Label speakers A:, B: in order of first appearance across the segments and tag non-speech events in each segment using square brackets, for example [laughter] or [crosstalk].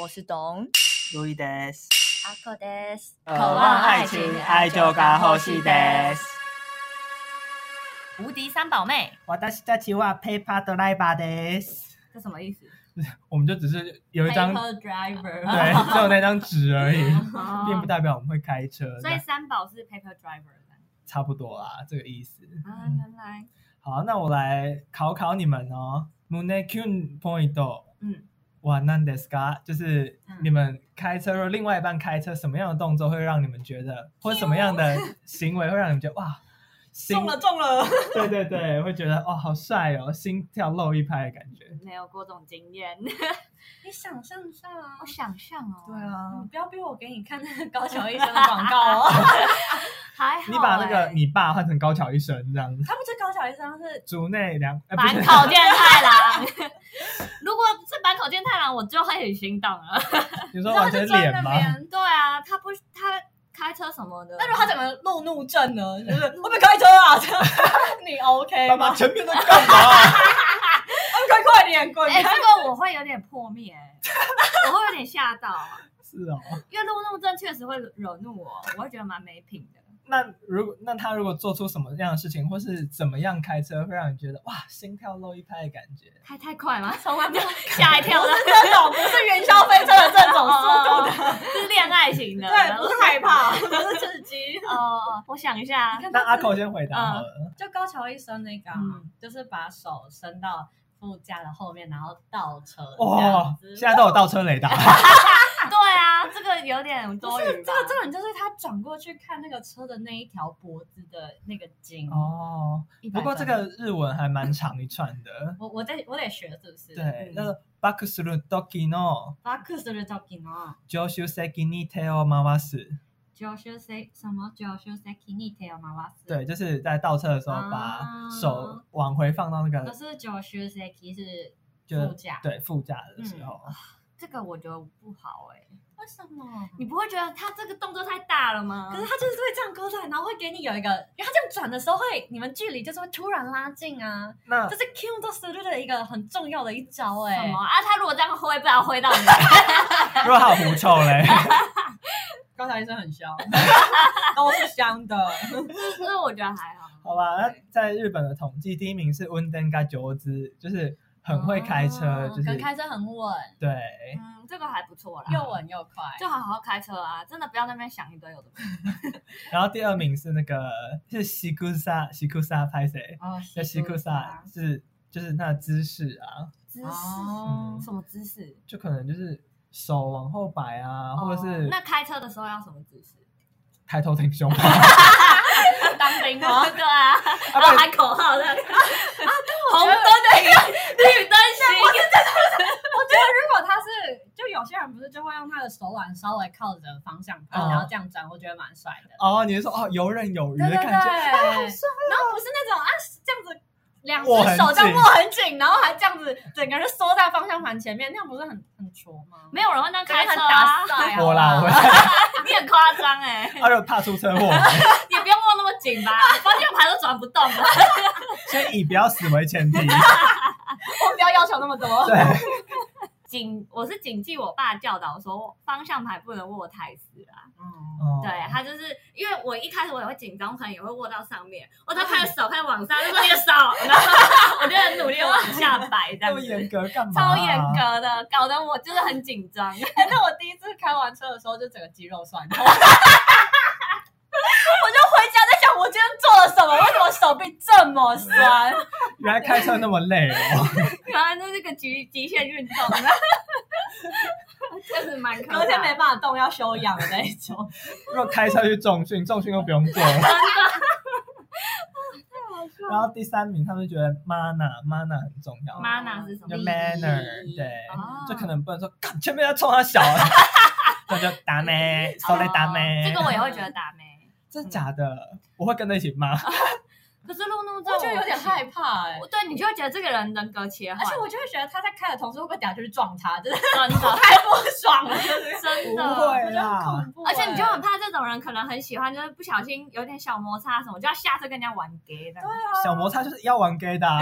A: 我是董
B: 路易德斯，
A: 阿克德斯，
B: 渴望爱情，爱就该呼吸的。
A: 无敌三宝妹，
B: 我的是在计划 paper 的来吧的。
A: 这什么意思？
B: 我们就只是有一张
C: Paper driver，
B: 对，只有那张纸而 [laughs] 已，
C: [laughs] 哦
B: 并不代表我们会开车，
A: 所以三宝是 paper driver 的
B: 差不多啦，这个意思。
A: 啊，
B: 嗯
A: 原来
B: 好，那我来考考你们哦。胸キュンポイント，
A: 嗯，
B: 哇，なんですか？就是
A: 嗯
B: 你们开车，如果另外一半开车，什么样的动作会让你们觉得，或者什么样 [laughs] 的行为会让你们觉得哇，心
C: 中了中了， [laughs]
B: 对对对，会觉得哦，好帅哦，心跳漏一拍的感觉。
A: 没有过这种经验，
C: 你想象一下啊
A: 我想象哦，
B: 对，啊
C: 你，不要逼我给你看那个高桥医生的广告哦，
A: [laughs] 还好欸，
B: 你把那个你爸换成高桥一生这样，
C: 他不是高桥医生，他是
B: 竹内良，呃不
A: 坂
B: 是，
A: 口健太郎，如果是坂口健太郎，我就会很心动了。
B: [laughs] [laughs] 你
C: 你
B: 说
C: 知道
B: 完
C: 他
B: 全
C: 是坐在
B: 脸
C: 那
B: 吗？
C: 边。
A: 对啊，他不他开车什么的，
C: 那如果他整个路怒症 [laughs] 呢？就是我没开车啊， [laughs] 这样你 OK
B: 爸
C: 吗？
B: 爸前面在干嘛？ [laughs]
C: 啊快快点滚！
A: 哎、这个我会有点破灭、欸我会有点吓到，啊
B: 是哦，
A: 因为路怒症确实会惹怒我，我会觉得蛮没品的。
B: 那如果那他如果做出什么样的事情，或是怎么样开车，会让你觉得哇，心跳漏一拍的感觉？
A: 开太快
C: [laughs]
A: 吗？从来没有吓一跳的，
C: 这种不是云霄飞车的这
A: [laughs]
C: 种速度的，
A: 的，是恋爱型的，
C: 对，不是害
A: [laughs]
C: 怕，不是刺激。
A: 哦哦，我想一下，
C: 看
B: 那
C: 他
B: 阿
C: 是嗯
B: 口先回答好了，
C: 就高桥医生那个啊、
A: 嗯
C: 就是把手伸到副驾的后面，然后倒车这
B: 哇
C: 样，子。
B: 现在都有倒车雷达，
A: 对啊，这个有点
C: 不
A: 多
C: 是
A: 余
C: 这
A: 吧？
C: 个重点，就是他转过去看那个车的那一条脖子的那个筋。
B: 哦，
A: 100
B: 不过这个日文还蛮长一串的，
C: 我我得我得学是不是？
B: 对，那个 back s r u doki no
C: 巴克斯的照片哦，
B: 上手先に手を回す，
C: 就是谁什么就是谁 k i n i t 马瓦斯，
B: 对，就是在倒车的时候
C: 啊
B: 把手往回放到那
C: 可
B: 个
C: 是就是谁 k 是
B: 呃就
C: 副驾
B: 对副驾的
C: 嗯
B: 时候，
A: 这个我觉得不好哎、
C: 为什么？
A: 你不会觉得他这个动作太大了吗？
C: 可是他就是会这样勾在，然后会给你有一个，因为他这样转的时候会，你们距离就是会突然拉近啊，
B: 那
C: 这是 Q 到 s l 的一个很重要的一招哎、
A: 什
C: [laughs]
A: 么啊？他如果这样挥，不然挥到你， [laughs]
B: 如果他有狐臭
C: [laughs]
B: 嘞，
C: 高桥医生很香，都是香的。
A: 所以我觉得还好。
B: 好吧，那在日本的统计第一名是温登嘎久子，就是很会开车，
C: 哦
B: 就
C: 可
B: 是哎
C: 能开车很稳，
B: 对，
A: 嗯，这个还不错啦，
C: 又稳又快。
A: 就好好开车啊，真的不要在那边想一堆有的没的。
B: 然后第二名是那个是西库萨西库萨拍谁？
C: 哦，
B: 叫西库萨是就是那姿势啊，
A: 姿势、
C: 哦
B: 嗯，
A: 什么姿势？
B: 就可能就是手往后摆啊，或者
A: 哦
B: 是
A: 那开车的时候要什么姿势？
B: 抬头挺
C: [laughs]
B: 胸吧，
A: [laughs] 当兵吗？ [laughs] 对啊，
B: 啊
A: 然
C: 哦
A: 后喊口号的，红灯的绿绿灯行。
C: 我觉得如果他是，就有些人不是就会用他的手腕稍微靠着方向盘，
B: 哦
C: 然后这样转，我觉得蛮帅的。
B: 哦，你是说哦游刃有余
C: 对
B: 的
C: 对对，
B: 感觉？
C: 然后不是那种啊这样子。两只
B: 握很
C: 手这样
B: 紧
C: 握很紧，然后还这样子，整个人缩在方向盘前面，那样不是很很挫吗？
A: [laughs] 没有人会那样开车
C: 打
A: 啊，
C: 赛啊！
B: 我啦，我，
A: 你很夸张 [laughs] 哎，
B: [laughs] 他就怕出车祸，
A: [laughs] 也不用握那么紧吧，方向盘都转不 [laughs] 动啊了。
B: 先以不要死
A: [laughs]
B: 为前提。
C: 我们不要要求那 [laughs] 么多。哦
B: 对，
A: 谨，我是谨记我爸教导说，方向盘不能握太死啊。
C: 嗯，
B: 哦
A: 对他就是因为我一开始我也会紧张，可能也会握到上面，我
C: 嗯
A: 到他的手开始往上，就说你的手，然后
C: [laughs]
A: 我就很努力地往下摆，这
B: 这
A: 样
B: 么
A: 子
B: 严格干嘛、
A: 超严。格的，搞得我就是很紧张。 [laughs]
C: 哎那我第一次开完车的时候，就整个肌肉酸痛。我就回家在想，我今天做了什么？为什么手臂这么酸？
B: 原来开车那么累
A: [laughs]
B: 哦。
A: 原来这是个极极限运
C: 哦
A: 动，确实蛮可
C: 隔天
A: 怕
C: 没
A: 的。
C: 办法动，要休养的那一
D: [laughs]
C: 种。
B: 如果开车去重训，重训都不用
A: [laughs]
B: 做。 [laughs] 然后第三名，他们觉得 mana mana 很重要，
A: mana 是什
B: 就
A: 么？
B: manner 对，
A: 哦
B: 就可能不能说干前面要冲他小，
A: [laughs]
B: 那就打咩，手雷打咩。
A: 哦这个我也会觉得打妹，
B: 真假的，我会跟着一起骂。
A: 可是路怒症
C: 我就有点害
A: 怕。
C: 怕哎、
A: 对，你就会觉得这个人人格切换，
C: 而且我就会觉得他在开的同时，会不会等下就去撞他？ [laughs] 真的
A: 真的
C: 太不爽
D: [laughs]
C: 了，就是
A: 真的
B: 不会
C: 我觉得
D: 啊
C: 很恐怖哎、
A: 而且你就很怕这种人，可能很喜欢，就是不小心有点小摩擦什么，就要下车跟人家玩 gay 的。
B: 小摩擦就是要玩 gay 的
A: [laughs]
B: 啊，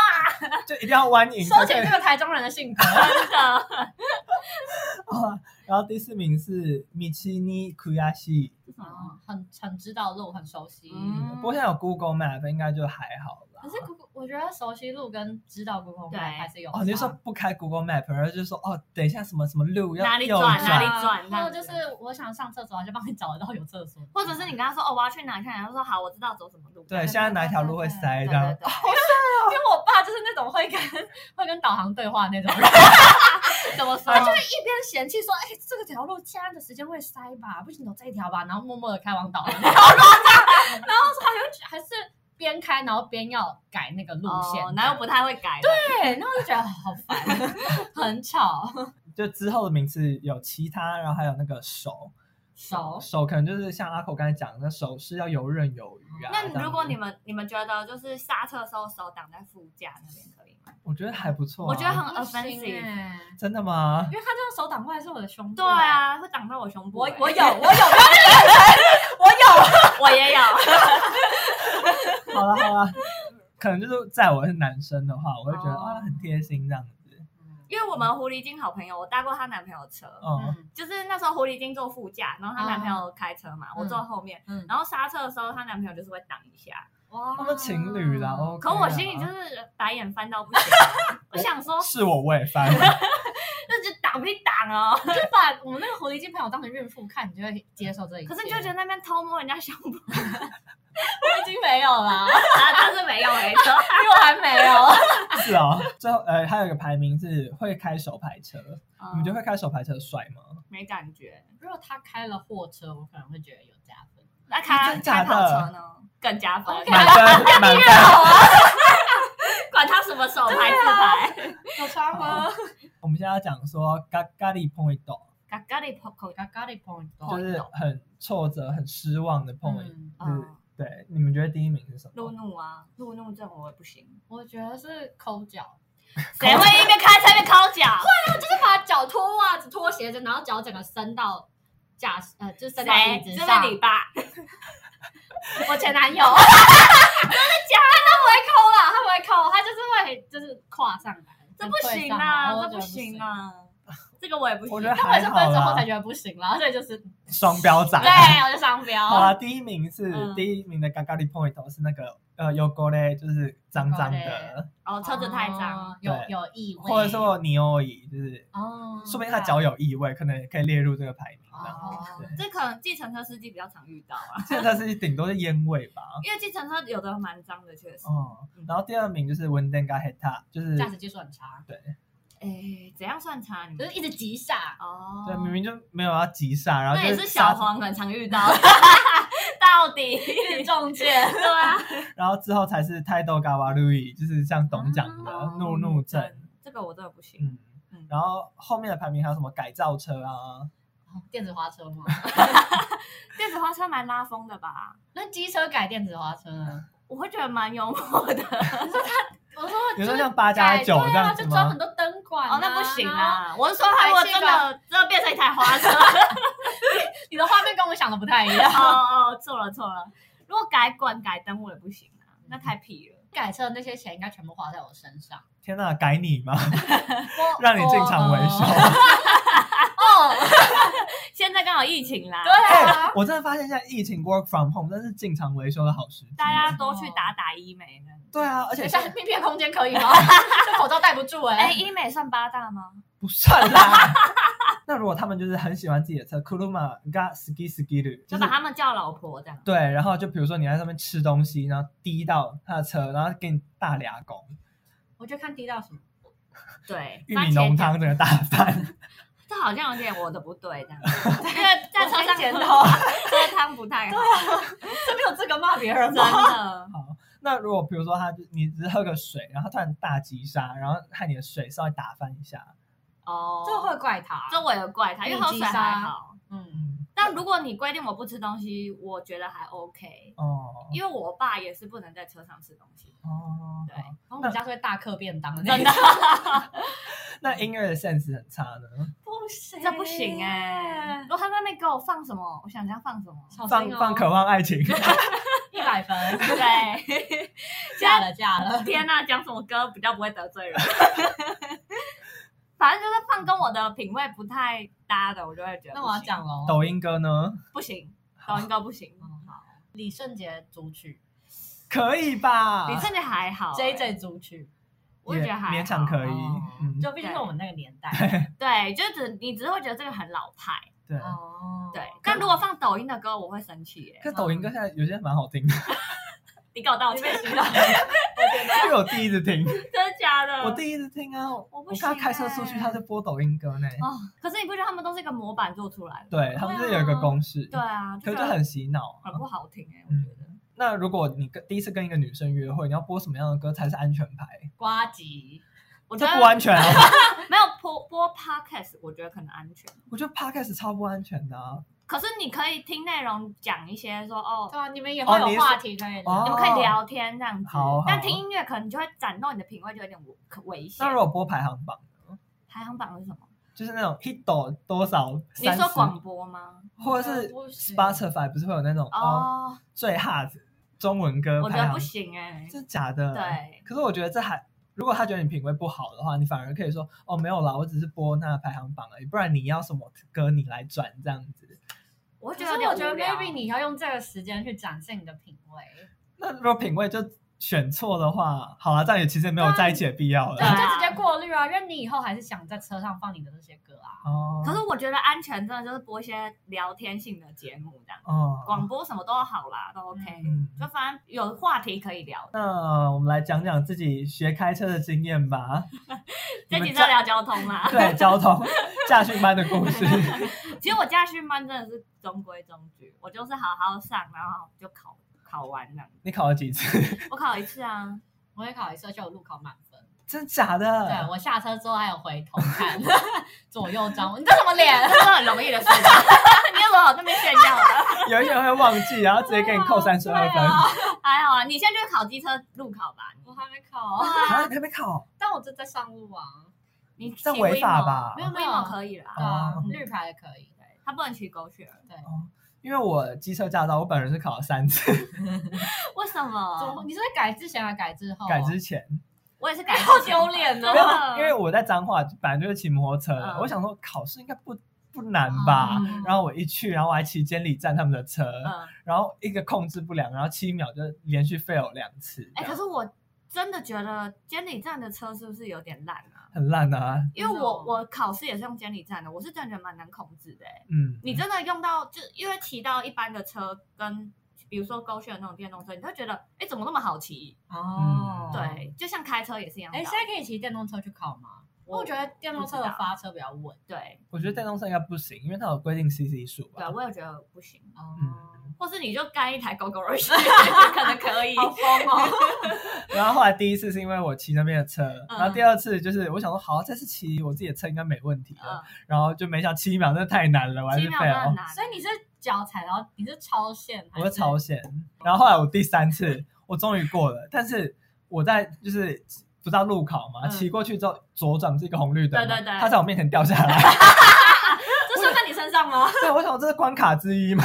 B: [laughs] 就一定要玩
A: [laughs]
B: 赢。
C: 收起这个台中人的性格。
A: 真的，
B: 啊。然后第四名是米奇尼库亚西，
D: 哦，很很知道路，很熟悉。
A: 嗯
B: 不过现在有 Google Map，应该就还好吧
D: 可。是 Google，我觉得熟悉路跟知道 Google
A: 对
D: Map 还是有差。
B: 哦，你就说不开 Google Map，然后就说哦，等一下什么什么
D: 嗯
B: 路要
A: 哪里
B: 右
A: 转
D: 对
A: 哪里
D: 啊
A: 转
D: 然后
A: 这
D: 就
A: 样
D: 是
A: 子
D: 我想上厕所，他就帮你找得到有厕 [laughs] 所，
A: 或者是你跟他说哦，我要去哪看，然后说哦好，我知道走什么路。
B: 对，现在哪一条路会塞
A: 对对
B: 这
A: 对
B: 样？
A: 对，
D: 因为我爸就是那种会跟会跟导航对话 [laughs] 那种人，
A: 怎么说
D: 他？就会一边嫌弃说：“哎、这个条路现在的时间会塞吧，不行走这一条吧。”然后默默的开往
C: [laughs]
D: 导航，然后说好像还是边开然后边要改那个路线，
A: 哦哪又不太会改的。
D: 对，那我就觉得好烦， [laughs] 很吵，
B: 就之后的名字有其他，然后还有那个手
D: 手
B: 手，可能就是像阿口刚才讲的，那手是要游刃有余啊。这样
A: 那
B: 子
A: 如果你们你们觉得就是刹车的时候手挡在副驾那边可以吗？
B: 我觉得还不错啊、
A: 我觉得很
D: 不行
A: offensive
D: 欸
B: 真的吗
D: 因？为他这个手挡过来是我的胸部，欸
A: 对，啊，会挡到我胸部
D: 我
A: 欸。
D: 我有我有，不要这样我有，
A: 我也有，
B: 好了好了，可能就是在我是男生的话，我会觉得
A: 哦
B: 啊、很贴心这样子。
A: [laughs] 因为我们狐狸精好朋友，我搭过她男朋友车，
B: 嗯，
D: [laughs] 嗯
A: 就是那时候狐狸精坐副驾，然后她男朋友开车嘛，
D: 嗯
A: 我坐后面，
D: 嗯，
A: 然后刹车的时候她男朋友就是会挡一下，
D: 哇
B: 他们情侣啦，哦、
A: 可我心里就是白眼翻到不行，啊我想说
B: 是我我也翻，
A: 那就挡屁挡哦，
D: 就把我们那个狐狸精朋友当成孕妇看，你就会接受这一切。
A: 可是你就觉得那边偷摸人家胸部，
D: 我已经没有啦，
A: 啊，但是没有没错，
D: 因为我还没有。
B: 是哦。最后呃，还有一个排名是会开手排车，你们觉得会开手排车帅吗？
A: 没感觉。
D: [laughs] 如果他开了 [laughs] 货车，我可能会觉得有加分。
A: 那开
B: 真假
A: 开
B: 的
A: 跑车呢，更加分，
D: OK
B: 满分满分。
A: [laughs] 管他什么手牌自牌，
D: 有差
B: 吗？我们现在要讲说咖咖喱碰一斗，
A: 嘎嘎的 poco，
D: 嘎嘎的 point，
B: 就是很挫折、很失望的碰一。
D: 嗯，
B: 就是
A: 嗯，
B: 对，你们觉得第一名是什
A: 路
B: 么？
A: 怒啊，路怒症我也不
D: [laughs]
A: 行，
D: 我觉得是抠脚，
A: 谁会一边开车一边抠脚？
D: 就是把脚脱袜子、脱鞋子，然后脚整个伸到驾驶，呃，就是伸到椅
A: 谁？
D: 子
A: 就
D: 上
A: 是。你爸。
D: 我前男友，真的假的？他不会抠啦，他不会抠，他就是会就是跨上来，
A: 这
D: 就
A: 不
D: 跪
A: 行
D: 上来
A: 啊，
D: 我
A: 这
D: 就觉
A: 不
D: 得
A: 行啊， [laughs] 这个我也不行。
B: 我觉得
D: 但我也
B: 还
D: 是
B: 好啊
D: 分手后才
B: 啦，
D: 觉得不行啦，所以就是哦
B: 双标仔。
D: [laughs] 对，啊我就 [laughs] 商标。
B: 好啦，啊第一名是、
A: 嗯
B: 第一名的咖咖喱碰一斗是那个呃 y o g o r e 就是脏脏的，
A: 哦，车子太脏，
D: 哦有
B: 对
D: 有异味，
B: 或者说 n i o 就是
D: 哦，
B: 说不定他脚有异味，可能也可以列入这个排名的。
D: 哦
B: 对，
A: 这可能计程车司机比较常遇到啊，
B: 现在是顶多是烟味吧。
A: 因为计程车有的蛮脏的，确实。
B: 哦，然后第二名就是 Wendenga Heta，就是
D: 驾驶技术很差，
A: 哎，怎样算差？你
D: 就
A: 们
D: 是一直急刹，
A: 哦，
B: 对明明就没有要急刹，然后
A: 那也
B: 就是刹
A: 小
B: 车
A: 黄很常遇到，到底
D: 一直中介。
A: 对啊，
B: 然后之后才是泰斗嘎瓦路易，就是像董讲的
A: 哦
B: 怒怒症，
A: 这个我真的不行。
B: 嗯
A: 嗯，
B: 然后后面的排名还有什么改造车啊，
D: 电子花车吗？ [laughs]
A: 电子花车蛮拉风的吧？
D: 那机车改电子花车呢？
A: 我会觉得蛮幽默的。
D: 我说
B: 比如说像八加九这
D: 对啊，
B: 样
D: 就
B: 子
D: 装
B: 吗
D: 很？多灯管啊。
A: 哦，那不行
D: 然后！
A: 啊！我是说，如果真的真的变成一台花车，
D: 你的画面跟我想的不太一样。 [laughs]
A: 哦哦，错了错了。如果改管改灯我也不行啊，那太痞了。
D: 改车的那些钱应该全部花在我身上，
B: 天哪，改你吗？[laughs]
D: 我
B: 让你进场维修。
D: 我哦，
A: 现在刚好疫情啦，
D: [laughs] 对啊
B: 哎， [laughs] 我真的发现现在疫情 work from home，但是进场维修的好时机。
A: 大家多去打打医美呢。
B: 对啊，而
D: 等
B: 且
D: 一
B: 现
D: 下
B: 在
D: 密闭的空间可以吗？ [laughs] 这口罩戴不住
A: 哎，
D: 哎。
A: 医美算八大吗？
B: 不算啦。 [laughs] 那如果他们就是很喜欢自己的车，Kuruma ga ski ski
A: 就
B: 就
A: 把
B: 是
A: 他们叫老婆这样。
B: 对，然后就比如说你在上面吃东西，然后滴到他的车，然后给你大俩拱，
D: 我就看滴到什么，
A: 对，
B: 玉
A: 番
B: 米
A: 茄酱
B: 浓汤整个大翻。
A: 这好像有点我的不对这样，因为在车
D: 我
A: 上
D: 先捡
A: 喝
D: 到
A: 喝汤不太好，
D: 这没有资格骂别人
A: 真
B: 啊
D: 吗？
B: [laughs]
A: 的。
B: [laughs] 那如果比如说他就你只是喝个水，然后他突然大急刹，然后害你的水稍微打翻一下，
A: 哦，
D: 这会怪他。
A: 这我也怪他，因为喝水还好。
D: 嗯，
B: 嗯，
A: 但如果你规定我不吃东西，我觉得还 OK，
B: 哦，
A: 因为我爸也是不能在车上吃东西。
B: 哦，
A: 对
B: 好
D: 然后我们家是会大客便当的那
A: 真
D: 种
A: 的， [laughs]
B: 那音乐的 sense 很差呢，
D: 不行
A: 这不行哎、如果他在那边给我放什么，我想想放什么。
D: 小
B: 放
D: 心哦
B: 放渴望爱情，
D: 一百分，
A: 对，
D: [laughs] 嫁了嫁
A: [laughs]
D: 了。
A: 天哪、讲什么歌比较不会得罪人？反正就是放跟我的品味不太搭的，我就会觉得
D: 那我要
A: 不行
D: 讲喽。
B: 抖音歌呢？
A: 不行，抖音歌不行，
D: 嗯好，李圣杰组曲
B: 可以吧？
A: 李圣杰还好欸
D: ，J J 组曲，
A: 我就觉得还好
B: 也勉强可以
D: 哦。
B: 嗯，
D: 就毕竟是我们那个年代。
A: 对，就只你只会觉得这个很老派，
B: 对。
D: 哦
A: 对。但如果放抖音的歌，我会生气耶。
B: 可是抖音歌现在有些蛮好听的，
A: 你给我道
D: 你
A: 歉
D: 被，洗脑，
B: [laughs] 因为我第一
A: [laughs]
B: 次听，
A: 真的假的？
B: 我第一次听啊，我
A: 嗯我不行
B: 刚开车出去，
A: 欸
B: 他在播抖音歌呢。
A: 哦，可是你不觉得他们都是一个模板做出来的？
B: 对他们是有一个公式，
A: 对啊，
B: 可是
A: 觉
B: 就
A: 得
B: 很洗脑啊
A: 很。不好听哎，我
B: 嗯
A: 觉得。
B: 那如果你跟第一次跟一个女生约会，你要播什么样的歌才是安全牌？
D: 瓜吉，
A: 我
B: 这
A: 觉得
B: 不安全啊！
A: [laughs] 没有播播 podcast，我觉得可能安全。
B: 我觉得 podcast 超不安全的啊。
A: 可是你可以听内容讲一些说哦，
D: 对啊，你们以
B: 后
D: 后
B: 有哦你
D: 有
B: 是
D: 话
B: 话
D: 题可以
B: 哦
A: 你们可以聊天这样子
B: 好好，
A: 但听音乐可能就会展露你的品味，就有点危危险
B: 那。如果播排行榜，
A: 排行榜是什么？
B: 就是那种 hit 抖多少
A: 你
B: 三
A: 说广
B: 十，
A: 播吗？
B: 或者是
D: 不行
B: Spotify 不是会有那种哦
A: 哦，
B: 最 hot 中文歌
A: 我觉得
B: 排行
A: 不
B: 榜？
A: 行哎。
B: 真假的？。
A: 对，
B: 可是我觉得这还，如果他觉得你品味不好的话，你反而可以说哦没有啦，我只是播那个排行榜而已，不然你要什么歌你来转这样子。
A: 我
D: 可
A: 觉
D: 是
A: 得有
D: 我
A: 点
D: 觉得
A: 无聊
D: maybe 你要用这个时间去展现你的品味，
B: 那如果品味就选错的话，好啦，这样也其实也没有在一起的必要了。
D: 对，
A: 对啊
D: 你就直接过滤啊，因为你以后还是想在车上放你的这些歌啊。
B: 哦，
A: 可是我觉得安全真的就是播一些聊天性的节目这样，
B: 哦，
A: 广播什么都好啦，都 OK，
B: 嗯
A: 就反正有话题可以聊。
B: 那我们来讲讲自己学开车的经验
A: [laughs]
B: 吧。
A: 这集
B: 你们
A: 在
B: 驾
A: 聊交通
B: [laughs]
A: 啦。
B: 对交通驾训班的故
A: [laughs]
B: 事，
A: 其实我家训班真的是中规中矩，我就是好好上，然后就考考完这样。
B: 你考了几次？ [laughs]
A: 我考一次啊，
D: 我也考一次，而且我路考满分。
B: 真假的？
D: 对我下车之后还有回头看 [laughs] 左右张，你这什么脸？
B: [laughs]
A: 这是很容易的事情。 [laughs] 你有什么好这么炫耀啊 [laughs] 的？
B: [laughs] 有一些人会忘记，然后直接给你扣三十
A: 哦
B: 二分。
D: 对啊
A: 还好啊，你现在就考机车路考吧。
D: 我还没考，
B: 啊，你还没考？
D: 但我这在上路啊。
A: 你
B: 这
A: 骑
B: 违法
A: WeMo
B: 吧
A: 没有
D: 没有
A: WeMo 可以啦，
D: 对啊
B: 哦，
D: 绿牌也可以。
A: 对他不能骑狗血儿。
B: 因为我机车驾照，我本人是考了三次，
A: 为什
D: 怎么？
A: 么？
D: 你是在改之前还是改之
A: 哦
D: 后啊？
B: 哦改之前，
A: 我也是改
D: 好丢脸哦
A: 真
B: 没有
A: 的，
B: 因为我在彰化，本来就是骑摩托车的，
A: 嗯
B: 我想说考试应该不不难吧。
A: 嗯
B: 然后我一去，然后我还骑监理站他们的车，
A: 嗯，
B: 然后一个控制不良，然后七秒就连续 fail 两次，
A: 哎，
B: 这样
A: 可是我真的觉得监理站的车是不是有点烂啊？
B: 很烂啊，
A: 因为我
D: 真的哦
A: 我考试也是用监理站的，我是真的觉得蛮难控制的哎。
B: 嗯，
A: 你真的用到，就因为骑到一般的车跟比如说勾炫那种电动车，你会觉得，哎，怎么那么好骑？
D: 哦，
B: 嗯
A: 对，就像开车也是一样道理。
D: 哎，现在可以骑电动车去考吗？我觉得电动车的发车比较稳。
A: 对
B: 我觉得电动车应该不行，因为它有规定 CC 数吧
A: 对，，啊我也觉得不行。
D: 哦，
B: 嗯
A: 或是你就干一台 GoGo r o
D: [laughs]
A: 可能可以。
D: 好疯哦！
B: 然后后来第一次是因为我骑那边的车，
A: 嗯
B: 然后第二次就是我想说，好，这次骑我自己的车应该没问题了，然后就没想七秒真的太难了，我还
A: 七
B: 是
A: 嗯秒真的很
B: fail，
A: 难，
D: [laughs] 所以你是脚踩到，你是超线还
B: 我
D: 是？
B: 是超险。然后后来我第三次我终于过了，但是我在就是不知道路考嘛，
A: 嗯
B: 骑过去之后左转不是一个红绿灯吗，
A: 对对对
B: 它在我面前掉下
A: [laughs]
B: 来， [laughs]
A: 这算在你身上哦吗？
B: 对，我想这是关卡之一嘛，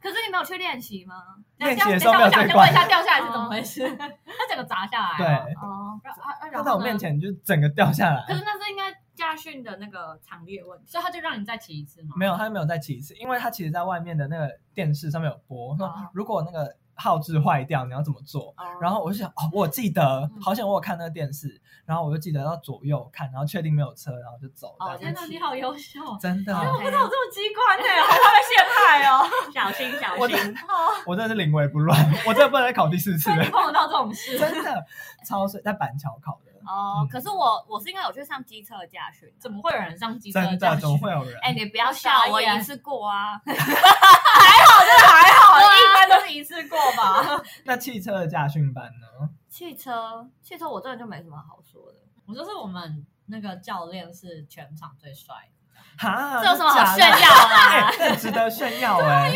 A: 可是你没有去练习吗？
B: 练
D: 等
B: 习
D: 一
B: 的
D: 下
B: 时候没有
D: 我
B: 这
D: 想先问
B: 关，
D: 一下掉下来是怎么回 [laughs] 事？它整个砸下来。
B: 对，，
A: 哦，
D: 然后啊啊
B: 它
D: 然
B: 在
D: 后
B: 我
D: 呢
B: 面，前就整个掉下来
A: 可，是那是应该家训的那个场地的问题。
D: 所以他就让你再骑一次吗？
B: 没有，他没有再骑一次，因为他其实在外面的那个电视上面有播，说
A: 哦
B: 如果那个耗志坏掉，你要怎么做？
A: 哦
B: 然后我就想，哦，我记得
D: 嗯，
B: 好像我有看那个电视，然后我就记得要左右看，然后确定没有车，然后就走。
A: 哦
B: 这
D: 天
B: 样
D: 哪，
A: 真的
D: 你好优秀！
B: 真的，啊
A: 哦
D: 我不知道有这么机关呢，好怕被陷害哦。
A: 小心小
B: 我
A: 心，
B: [laughs] 我真的是临危不乱，我真的不能再考第四次
D: 所以你
B: 了，
D: 碰得到这种事，
B: 真的超水，在板桥考的，
A: 哦
B: 嗯，
A: 可是我我是应该有去上机车的驾训的，
D: 怎么会有人上机车
B: 真的
D: 驾
B: 怎么
D: 训？
B: 会有人？
A: 哎、你不要
D: 傻
A: 笑，
D: 眼
A: 我一次过啊，
D: 还
A: [laughs]
D: 好，
A: 对啊
D: 一般都是一次过
A: [laughs]
D: 吧。
B: 那汽车的驾训班呢？
A: 汽车，汽车我真的就没什么好说的，
D: 我就是我们那个教练是全场最帅的。
B: 哈，
A: 这有什么好
B: 假的
A: 炫耀啦
B: [laughs] 哎？这值得炫耀哎！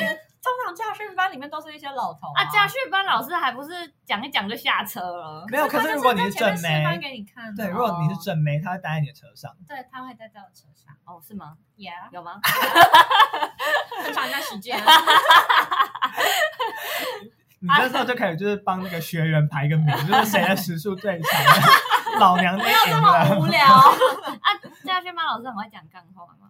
D: 通常驾训班里面都是一些老头
A: 啊，驾训班老师还不是讲一讲就下车了，
B: 没有，可是如果你
D: 是
B: 是正
D: 示
B: 妹，
D: 范给你看的，
B: 对，如果你是正妹，她会待在你的车上。
D: 对，他会待在我车上
A: 哦，是吗？
D: ，Yeah，啊
A: 有吗？
D: 正常一段时间。
B: 你这时候就可以就是帮那个学员排个名，就是谁的时速最长，
A: [laughs]
B: 老娘在
D: 这
B: 赢
D: 么
B: 了。
D: 无聊。
A: 啊，大学妈老师很会讲干话吗？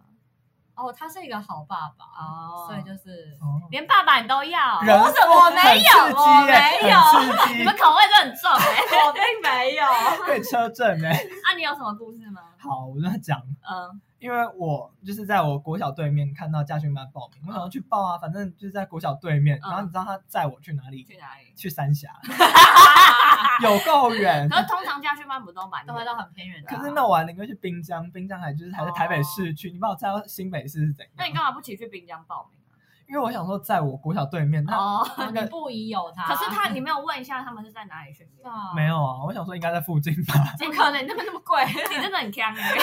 D: 哦，他是一个好爸爸，
A: 哦
D: 所以就是
B: 哦
A: 连爸爸你都要，哦
B: 人
D: 不是我没
B: 很
D: 有
B: 刺激
D: 我
B: 耶
D: 没有
B: 很刺
A: 你
B: 激
A: 们口味都很重哎、
B: [laughs]
D: 我并没有。
B: 对车震哎。
A: 啊，你有什么故事吗？
B: 好，我跟他讲，
A: 嗯，
B: 因为我就是在我国小对面看到家训班报名，我想要去报啊，反正就是在国小对面。
A: 嗯
B: 然后你知道他载我去哪里？
A: 去哪里？
B: 去
A: [laughs]
B: 三峡，有够远。
A: 可是通常家训班不都蛮
D: 都会到很偏远的啊。哦
B: 可是那我还宁愿去滨江，滨江还就是还在台北市区，你把我载到新北市是怎
A: 那你
B: 样？
A: 干嘛不骑去滨江报名啊？
B: 因为我想说，在我国小对面，那
A: 哦，
D: 哦你不宜有
B: 啊
D: 他，哦
A: 可是他你没有问一下他们是在哪里训练？
D: 他
B: 没有啊，我想说应该在附近吧。 [laughs]
D: 怎么可 [laughs] 能？你那边那么贵？
A: 你真的很强哎、 [laughs]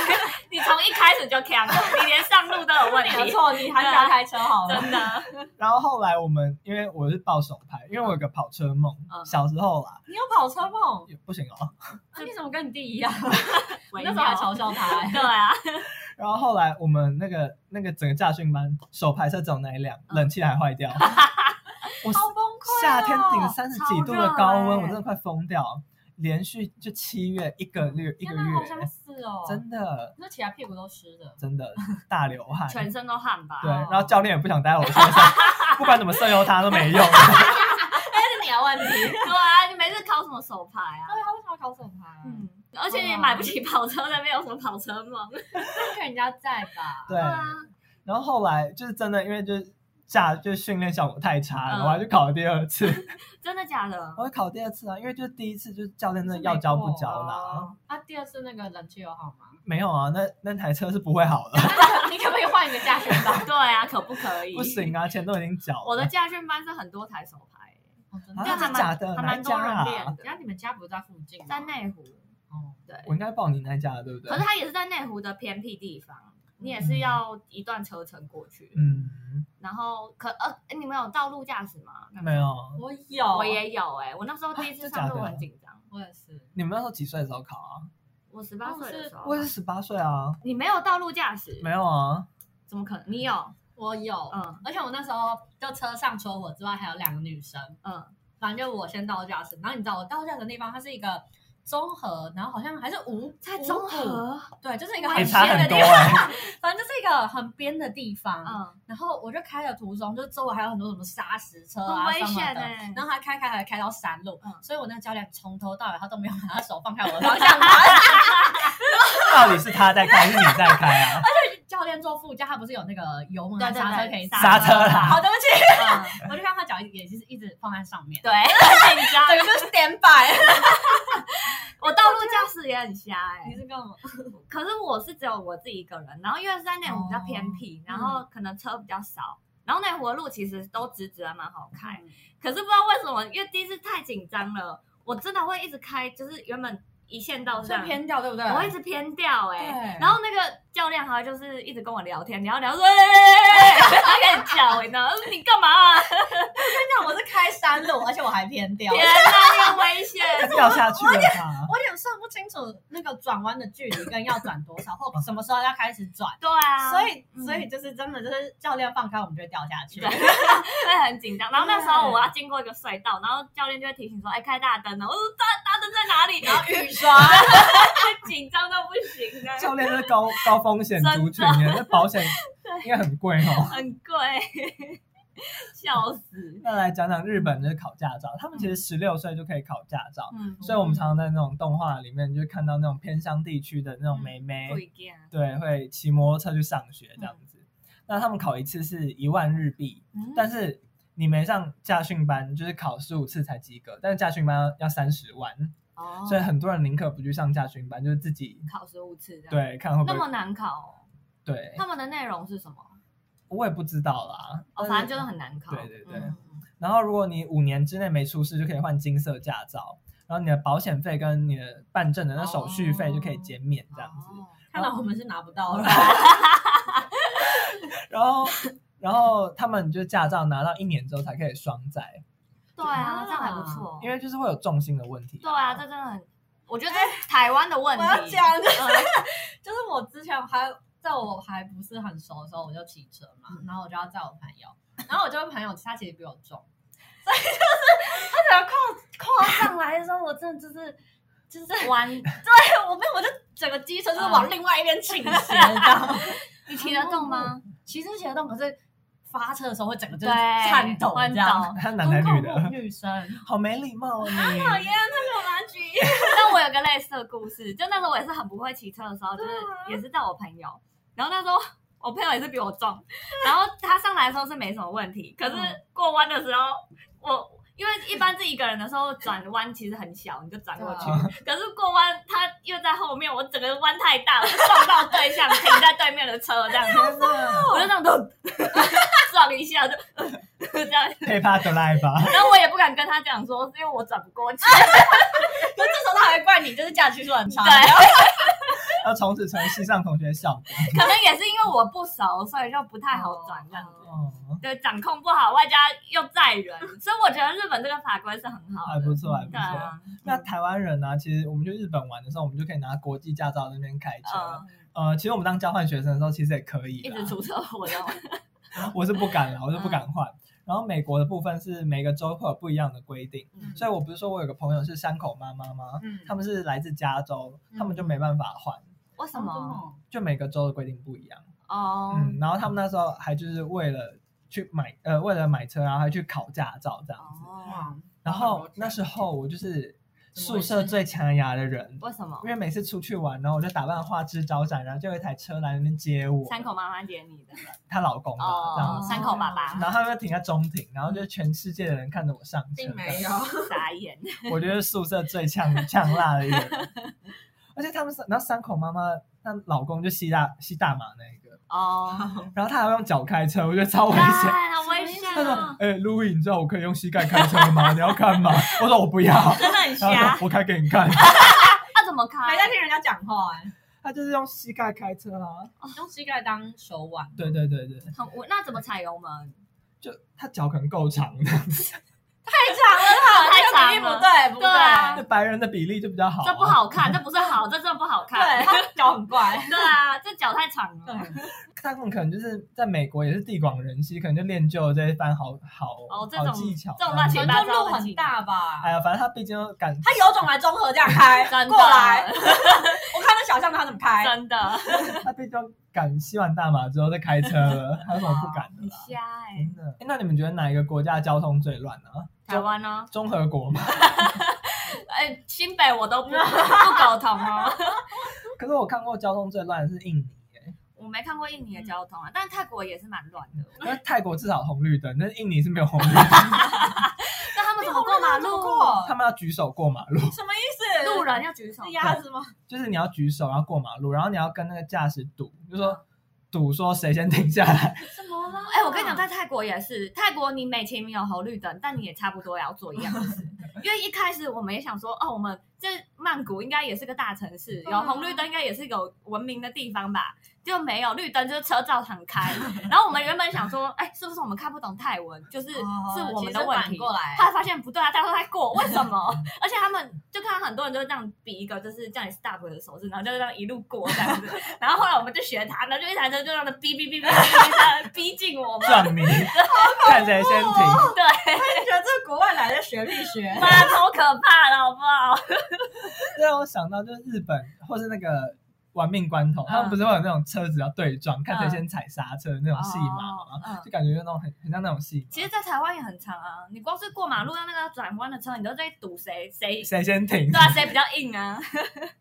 A: 你从一开始就强，啊
B: [laughs]
A: 你连上路都有问
D: 没
A: 题，
D: 错，你还是要开车好了。
A: 真的。
B: 然后后来我们，因为我是报手牌，因为我有个跑车梦，
A: 嗯
B: 小时候啦，
D: 你有跑车梦？
B: 也不行哦。
D: 那你怎么跟你弟一样？我
A: 微
D: 那时候还
A: 妙
D: 嘲笑他欸。
A: 对啊，
B: 然后后来我们那个那个整个驾训班手排车只有那一辆，
A: 嗯
B: 冷气还坏
D: [laughs]
B: 掉，我
D: 好崩溃哦！
B: 夏天顶三十几度的
A: 超
B: 高
A: 热
B: 温，
A: 欸
B: 我真的快疯掉。连续就七月一个月一个
D: 嗯天哪，好
B: 月，
D: 想死哦！
B: 真的
D: 那起来屁股都湿的。
B: 真的大流汗，
A: 全身都汗吧。
B: 对，
D: 哦
B: 然后教练也不想待在我身上，不管怎么色诱他都没用。
D: 但是你的问题。
A: 对啊，你每次考什么手牌啊？
D: 对，他为什么要考手牌啊？
A: 嗯，而且也买不起跑车，那边有什么跑车梦？
B: [laughs]
D: 那给人家在吧？
B: 对，
A: 啊，
B: 然后后来就是真的，因为就是下就是训练效果太差了，
A: 嗯
B: 我还去考了第二次， [laughs]
A: 真的假的？
B: 我还考第二次啊，因为就是第一次就是教练真的要教不教啦，
D: 哦。那第二次那个冷气有好吗？ [laughs]
B: 没有啊，那那台车是不会好的，
D: 你可不可以换一个驾训
A: [laughs]
D: 班？
A: 对啊，可不可以？
B: 不，行啊，钱都已经缴了，
A: 我的驾训班是很多台手牌，
D: 哦真
B: 啊
D: 的
A: 这样还
B: 真的
A: 蛮
B: 假的，
A: 还
B: 哪
A: 蛮
B: 一
A: 多
B: 家
A: 人
B: 啊
A: 练？
D: 等下你们家不是在附近吗？啊
A: 在内湖，
D: 哦，
A: 对。
B: 我应该报你那一家的，对不对
A: 可是？它也是在内湖的偏僻地方，你也是要一段车程过去。
B: 嗯，
A: 然后可呃，你们有道路驾驶吗？
B: 没有。
D: 我有，
A: 我也有哎、我那时候第一次
B: 啊真假
A: 上
B: 的
A: 路很紧张，
D: 我也是。
B: 你们那时候几岁的时候考啊？
A: 我十八岁的时候
B: 我也是十八岁啊，
A: 你没有道路驾驶，
B: 没有啊，
A: 怎么可能？你有？
D: 我有，
A: 嗯
D: 而且我那时候就车上除了我之外，还有两个女生。
A: 嗯，
D: 反正就我先到驾驶，然后你知道我到驾驶的地方，它是一个综合，然后好像还是五
A: 在中，
D: 五
A: 和，
D: 股对，就是一个
A: 哇
B: 也
D: 很
B: 差
D: 偏的
B: 很
D: 地
B: 多
D: 方，
B: 哎、
D: [laughs] 反正就是一个很边的地方。
A: 嗯，
D: 然后我就开的途中，就周围还有很多什么砂石车
A: 很
D: 啊
A: 危
D: 什么
A: 险
D: 的。
A: 哎、
D: 然后他开开还开到山路，
A: 嗯
D: 所以我那个教练从头到尾他都没有把他手放开我
A: [laughs]
D: 的方向盘。
B: 到底是他在开还是你在开啊？
D: 教练坐副驾，他不是有那个油门和
A: 对对
D: 刹车
A: 对
D: 可以
B: 刹车啦
D: 好，对不起，
A: 嗯，
D: 我就看他脚也就是一直放在
A: [laughs]
D: 上面，
A: 对，很
D: [laughs]
A: 瞎。
D: 整个就是 stand
A: 欸
D: by。
A: 我道路驾驶也很瞎哎、
D: [laughs] 你是干嘛？
A: 可是我是只有我自己一个人，然后因为是在内湖比较偏
D: 哦
A: 僻，然后可能车比较少，然后内湖的路其实都直直还蛮好开，
D: 嗯
A: 可是不知道为什么，因为第一次太紧张了，我真的会一直开，就是原本一线道
D: 所以
A: 上。
D: 偏掉，对不对？
A: 我会一直偏掉哎、
D: 对
A: 然后那个教练好像就是一直跟我聊天，聊聊说，哎哎哎哎哎他开始叫你知道吗， [laughs] 你干嘛、啊？
D: 那我是开山路，而且我还偏掉，
A: 天哪，你很危险！
B: 掉下去了吧？
D: 我有点算不清楚那个转弯的距离跟要转多少，或什么时候要开始转。
A: 对啊，
D: 所以，
A: 嗯
D: 所以就是真的，就是教练放开我们就会掉下
A: [laughs]
D: 去。
A: 对会很紧张。然后那时候我要经过一个隧道，然后教练就会提醒说：“哎，开大灯了。”我说：“大大灯在哪里？”然后
D: 雨刷，
A: 紧张到不行 [laughs] 啊，
B: 教练是高高风险族群耶，那保险应该很贵哦。 [laughs]
A: 很贵， [laughs] 笑死。
B: 那来讲讲日本就是考驾照，他们其实十六岁就可以考驾照，
A: 嗯，
B: 所以我们常常在那种动画里面就看到那种偏乡地区的那种妹妹，
A: 嗯不一定啊。
B: 对，会骑摩托车去上学这样子。那他们考一次是一万日币，
A: 嗯
B: 但是你没上驾训班，就是考十五次才及格，但是驾训班要三十万，
A: 哦，
B: 所以很多人宁可不去上驾训班，就是自己
A: 考十五次这样，
B: 对看会不
A: 啊那么
B: 会
A: 难考哦，
B: 对，
A: 他们的内容是什么？
B: 我也不知道啦。
A: 哦，
B: 但
A: 反正就是很难考。
B: 对对对
A: 嗯
B: 然后如果你五年之内没出事，就可以换金色驾照，然后你的保险费跟你的办证的那手续费就可以减免这样子。
A: 哦
D: 看来我们是 [laughs] 拿不到了。
B: 然后，然后他们就驾照拿到一年之后才可以双载，
A: 对啊，这样还不错。
B: 因为就是会有重心的问题。
A: 对啊，这真的很，我觉得这是台湾的问题。
D: [laughs] 我要讲
A: 嗯，
D: 就是我之前还在我还不是很熟的时候，我就骑车嘛，然后我就要载我朋友，然后我就朋友他其实比我 [laughs] 重，所以就是他只要跨跨上来的时候，我真的就是就是 [laughs]
A: 弯，
D: 对我没有，我就整个机车就是往另外一边倾斜，你知道 [laughs] 吗？
A: 你骑得动 [laughs] 吗？
D: 其实骑得动，可是发车的时候会整个就是
A: 对
D: 颤抖，
A: 颤
D: 这样
A: 抖
B: 他男的
D: 很恐
B: 女
D: 怖，
B: 的，
D: 女生。
B: 好没礼貌哦你。
A: 讨厌那个玩具。 [laughs] 但我有个类似的故事，就那时候我也是很不会骑车的时候，就是也是在我朋友，然后那时候。我朋友也是比我壮，然后他上来的时候是没什么问题，可是
D: 嗯
A: 过弯的时候，我因为一般自己一个人的时候转弯其实很小，你就转过去，可是过弯他又在后面，我整个弯太大了，就撞到对象，停在对面的车这样 [laughs] 子，
B: 天哪，
A: 我就这样咚 [laughs] 撞一下就 [laughs] 这样，
B: 配帕德莱吧，
A: 然后我也不敢跟他讲说，是因为我转不过去。
D: 那这时候他还会怪你，就是驾驶技术很差。
A: 啊对，
B: 要从此成为系上同学的笑柄。
A: [laughs] 可能也是因为我不熟，所以就不太好转这样子。
B: 哦，
A: 对，掌控不好，外加又载人， [laughs] 所以我觉得日本这个法规是很好
B: 还
A: 的。
B: 不错，还不
A: 对
B: 错。
A: 啊，
B: 那台湾人呢、其实我们去日本玩的时候，我们就可以拿国际驾照在那边开车。
A: 嗯，
B: 呃，其实我们当交换学生的时候，其实也可以
A: 一
B: 啦。
A: 直嗯出车祸，然后
B: [laughs] 我是不敢了，我是不敢换。然后美国的部分是每个州会有不一样的规定，
A: 嗯
B: 所以我不是说我有个朋友是山口妈妈吗？
D: 嗯
B: 他们是来自加州，
A: 嗯
B: 他们就没办法换，
A: 为什么？
B: 就每个州的规定不一样。
A: 哦，
B: [laughs] 嗯，然后他们那时候还就是为了去买呃为了买车，然后还去考驾照这样子。
A: 哦，，
B: 然后那时候我就是
D: 怎么回
B: 宿
D: 事
B: 舍最强牙的人，
A: 为什么
B: 因？为每次出去玩，然后我就打扮得花枝招展，然后就有一台车来那边接我，
A: 山口妈妈接你的
B: 她老公啊这样
A: 哦，嗯
B: 子。
A: 山口爸爸
B: 然后他们就停在中庭，然后就全世界的人看着我上车
D: 并，没有。
A: 傻眼，
B: 我觉得宿舍最呛呛辣的一
A: [laughs]
B: 个人。而且他们是，然后三口妈妈她老公就吸大吸大麻那一个， [laughs]
A: 哦，
B: 然后他还要用脚开车，我觉得超危险。
A: 哎，好危险
B: 他说
A: 哦，：“
B: 哎、路易，你知道我可以用膝盖开车吗？你 [laughs] 要看吗？”我说：“我不
A: [laughs]
B: 要。
A: 真的很”
B: 然
A: 瞎
B: 后他，说我开给你看。 [laughs]
A: 他怎么开
D: 没？在听人家讲话哎，
B: 他就是用膝盖开车啊。
D: [laughs] 用膝盖当手腕。
B: 对对对对，
A: 很无，那怎么踩油
B: [laughs]
A: 门？
B: 就他脚可能够长的，
D: 太长了，
A: 太长了
D: 这个比例不对，不
A: 对啊
B: 那白人的比例就比较好、啊。
A: 这不。好看，这不是好，这真的不好看
D: 对，。啊他脚很怪。
A: 对啊，这脚太长了。
B: 嗯他们可能就是在美国也是地广人稀，可能就练就了这一番好好、
A: 哦这种
B: 好技巧。
A: 这种乱七
D: 可
A: 八
D: 能就路很大吧
B: 哎。呀，反正他毕竟都感
D: 他有种来中和这样开
A: 真的
D: 过来，我看他想象他怎么开。
A: 真的，
B: 他毕竟都敢吸完大麻之后再开车了，还有什么不敢的
A: 很
B: 啦？
A: 瞎哎、
B: 真的、哎那你们觉得哪一个国家交通最乱呢、
A: 台湾啊呢？
B: 中和国吗？ [laughs]
A: 哎、新北我 [laughs] 都不不苟同哦，
B: 可是我看过交通最乱的是印尼、哎，
A: [laughs] 我没看过印尼的交通啊，但泰国也是蛮乱的。
B: 那泰国至少红绿灯，但是印尼是没有红绿灯，
A: 那他们怎么过马路？
D: 过
B: 他们要举手过马路，
D: 什哎么意思？
A: 路哎人要举手
D: 是。鸭子吗？
B: 就是你要举手，然后过马路，然后你要跟那个驾驶赌，就说赌说谁先停下来。
D: 什么啦？
A: 哎、我跟你讲，在泰国也是，泰国你美其名有红绿灯，但你也差不多也要做一样的 [laughs] 事。因为一开始我们也想说，哦，我们这曼谷应该也是个大城市，
D: 对啊
A: 有红绿灯应该也是有文明的地方吧？就没有绿灯，就是车照常开。然后我们原本想说，哎、是不是我们看不懂泰文，就是、
D: 哦
A: 是我们
D: 其实
A: 的问
D: 反
A: 题？
D: 过来
A: 后来发现不对啊，大家都在过，为什么？而且他们就看到很多人都是这样比一个，就是叫你 stop 的手势，然后就这样一路过这样子。然后后来我们就学他，然后就一台车就让他哔哔哔哔哔哔哔逼近我们。
B: 撞你，看谁先停。
A: 对，
D: 你觉得这国外来的学历学？
A: 妈超可怕的，好不好？
B: 这让我想到就是日本或是那个玩命关
A: 嗯
B: 头，他们不是会有那种车子要对撞，看谁先踩刹车的那种戏码吗？
A: 嗯
B: 就感觉有那种很很像那种戏码，
A: 其实，在台湾也很常啊。你光是过马路要那个转弯的车，你都在赌谁谁
B: 谁先停
A: 对。啊，谁比较硬啊？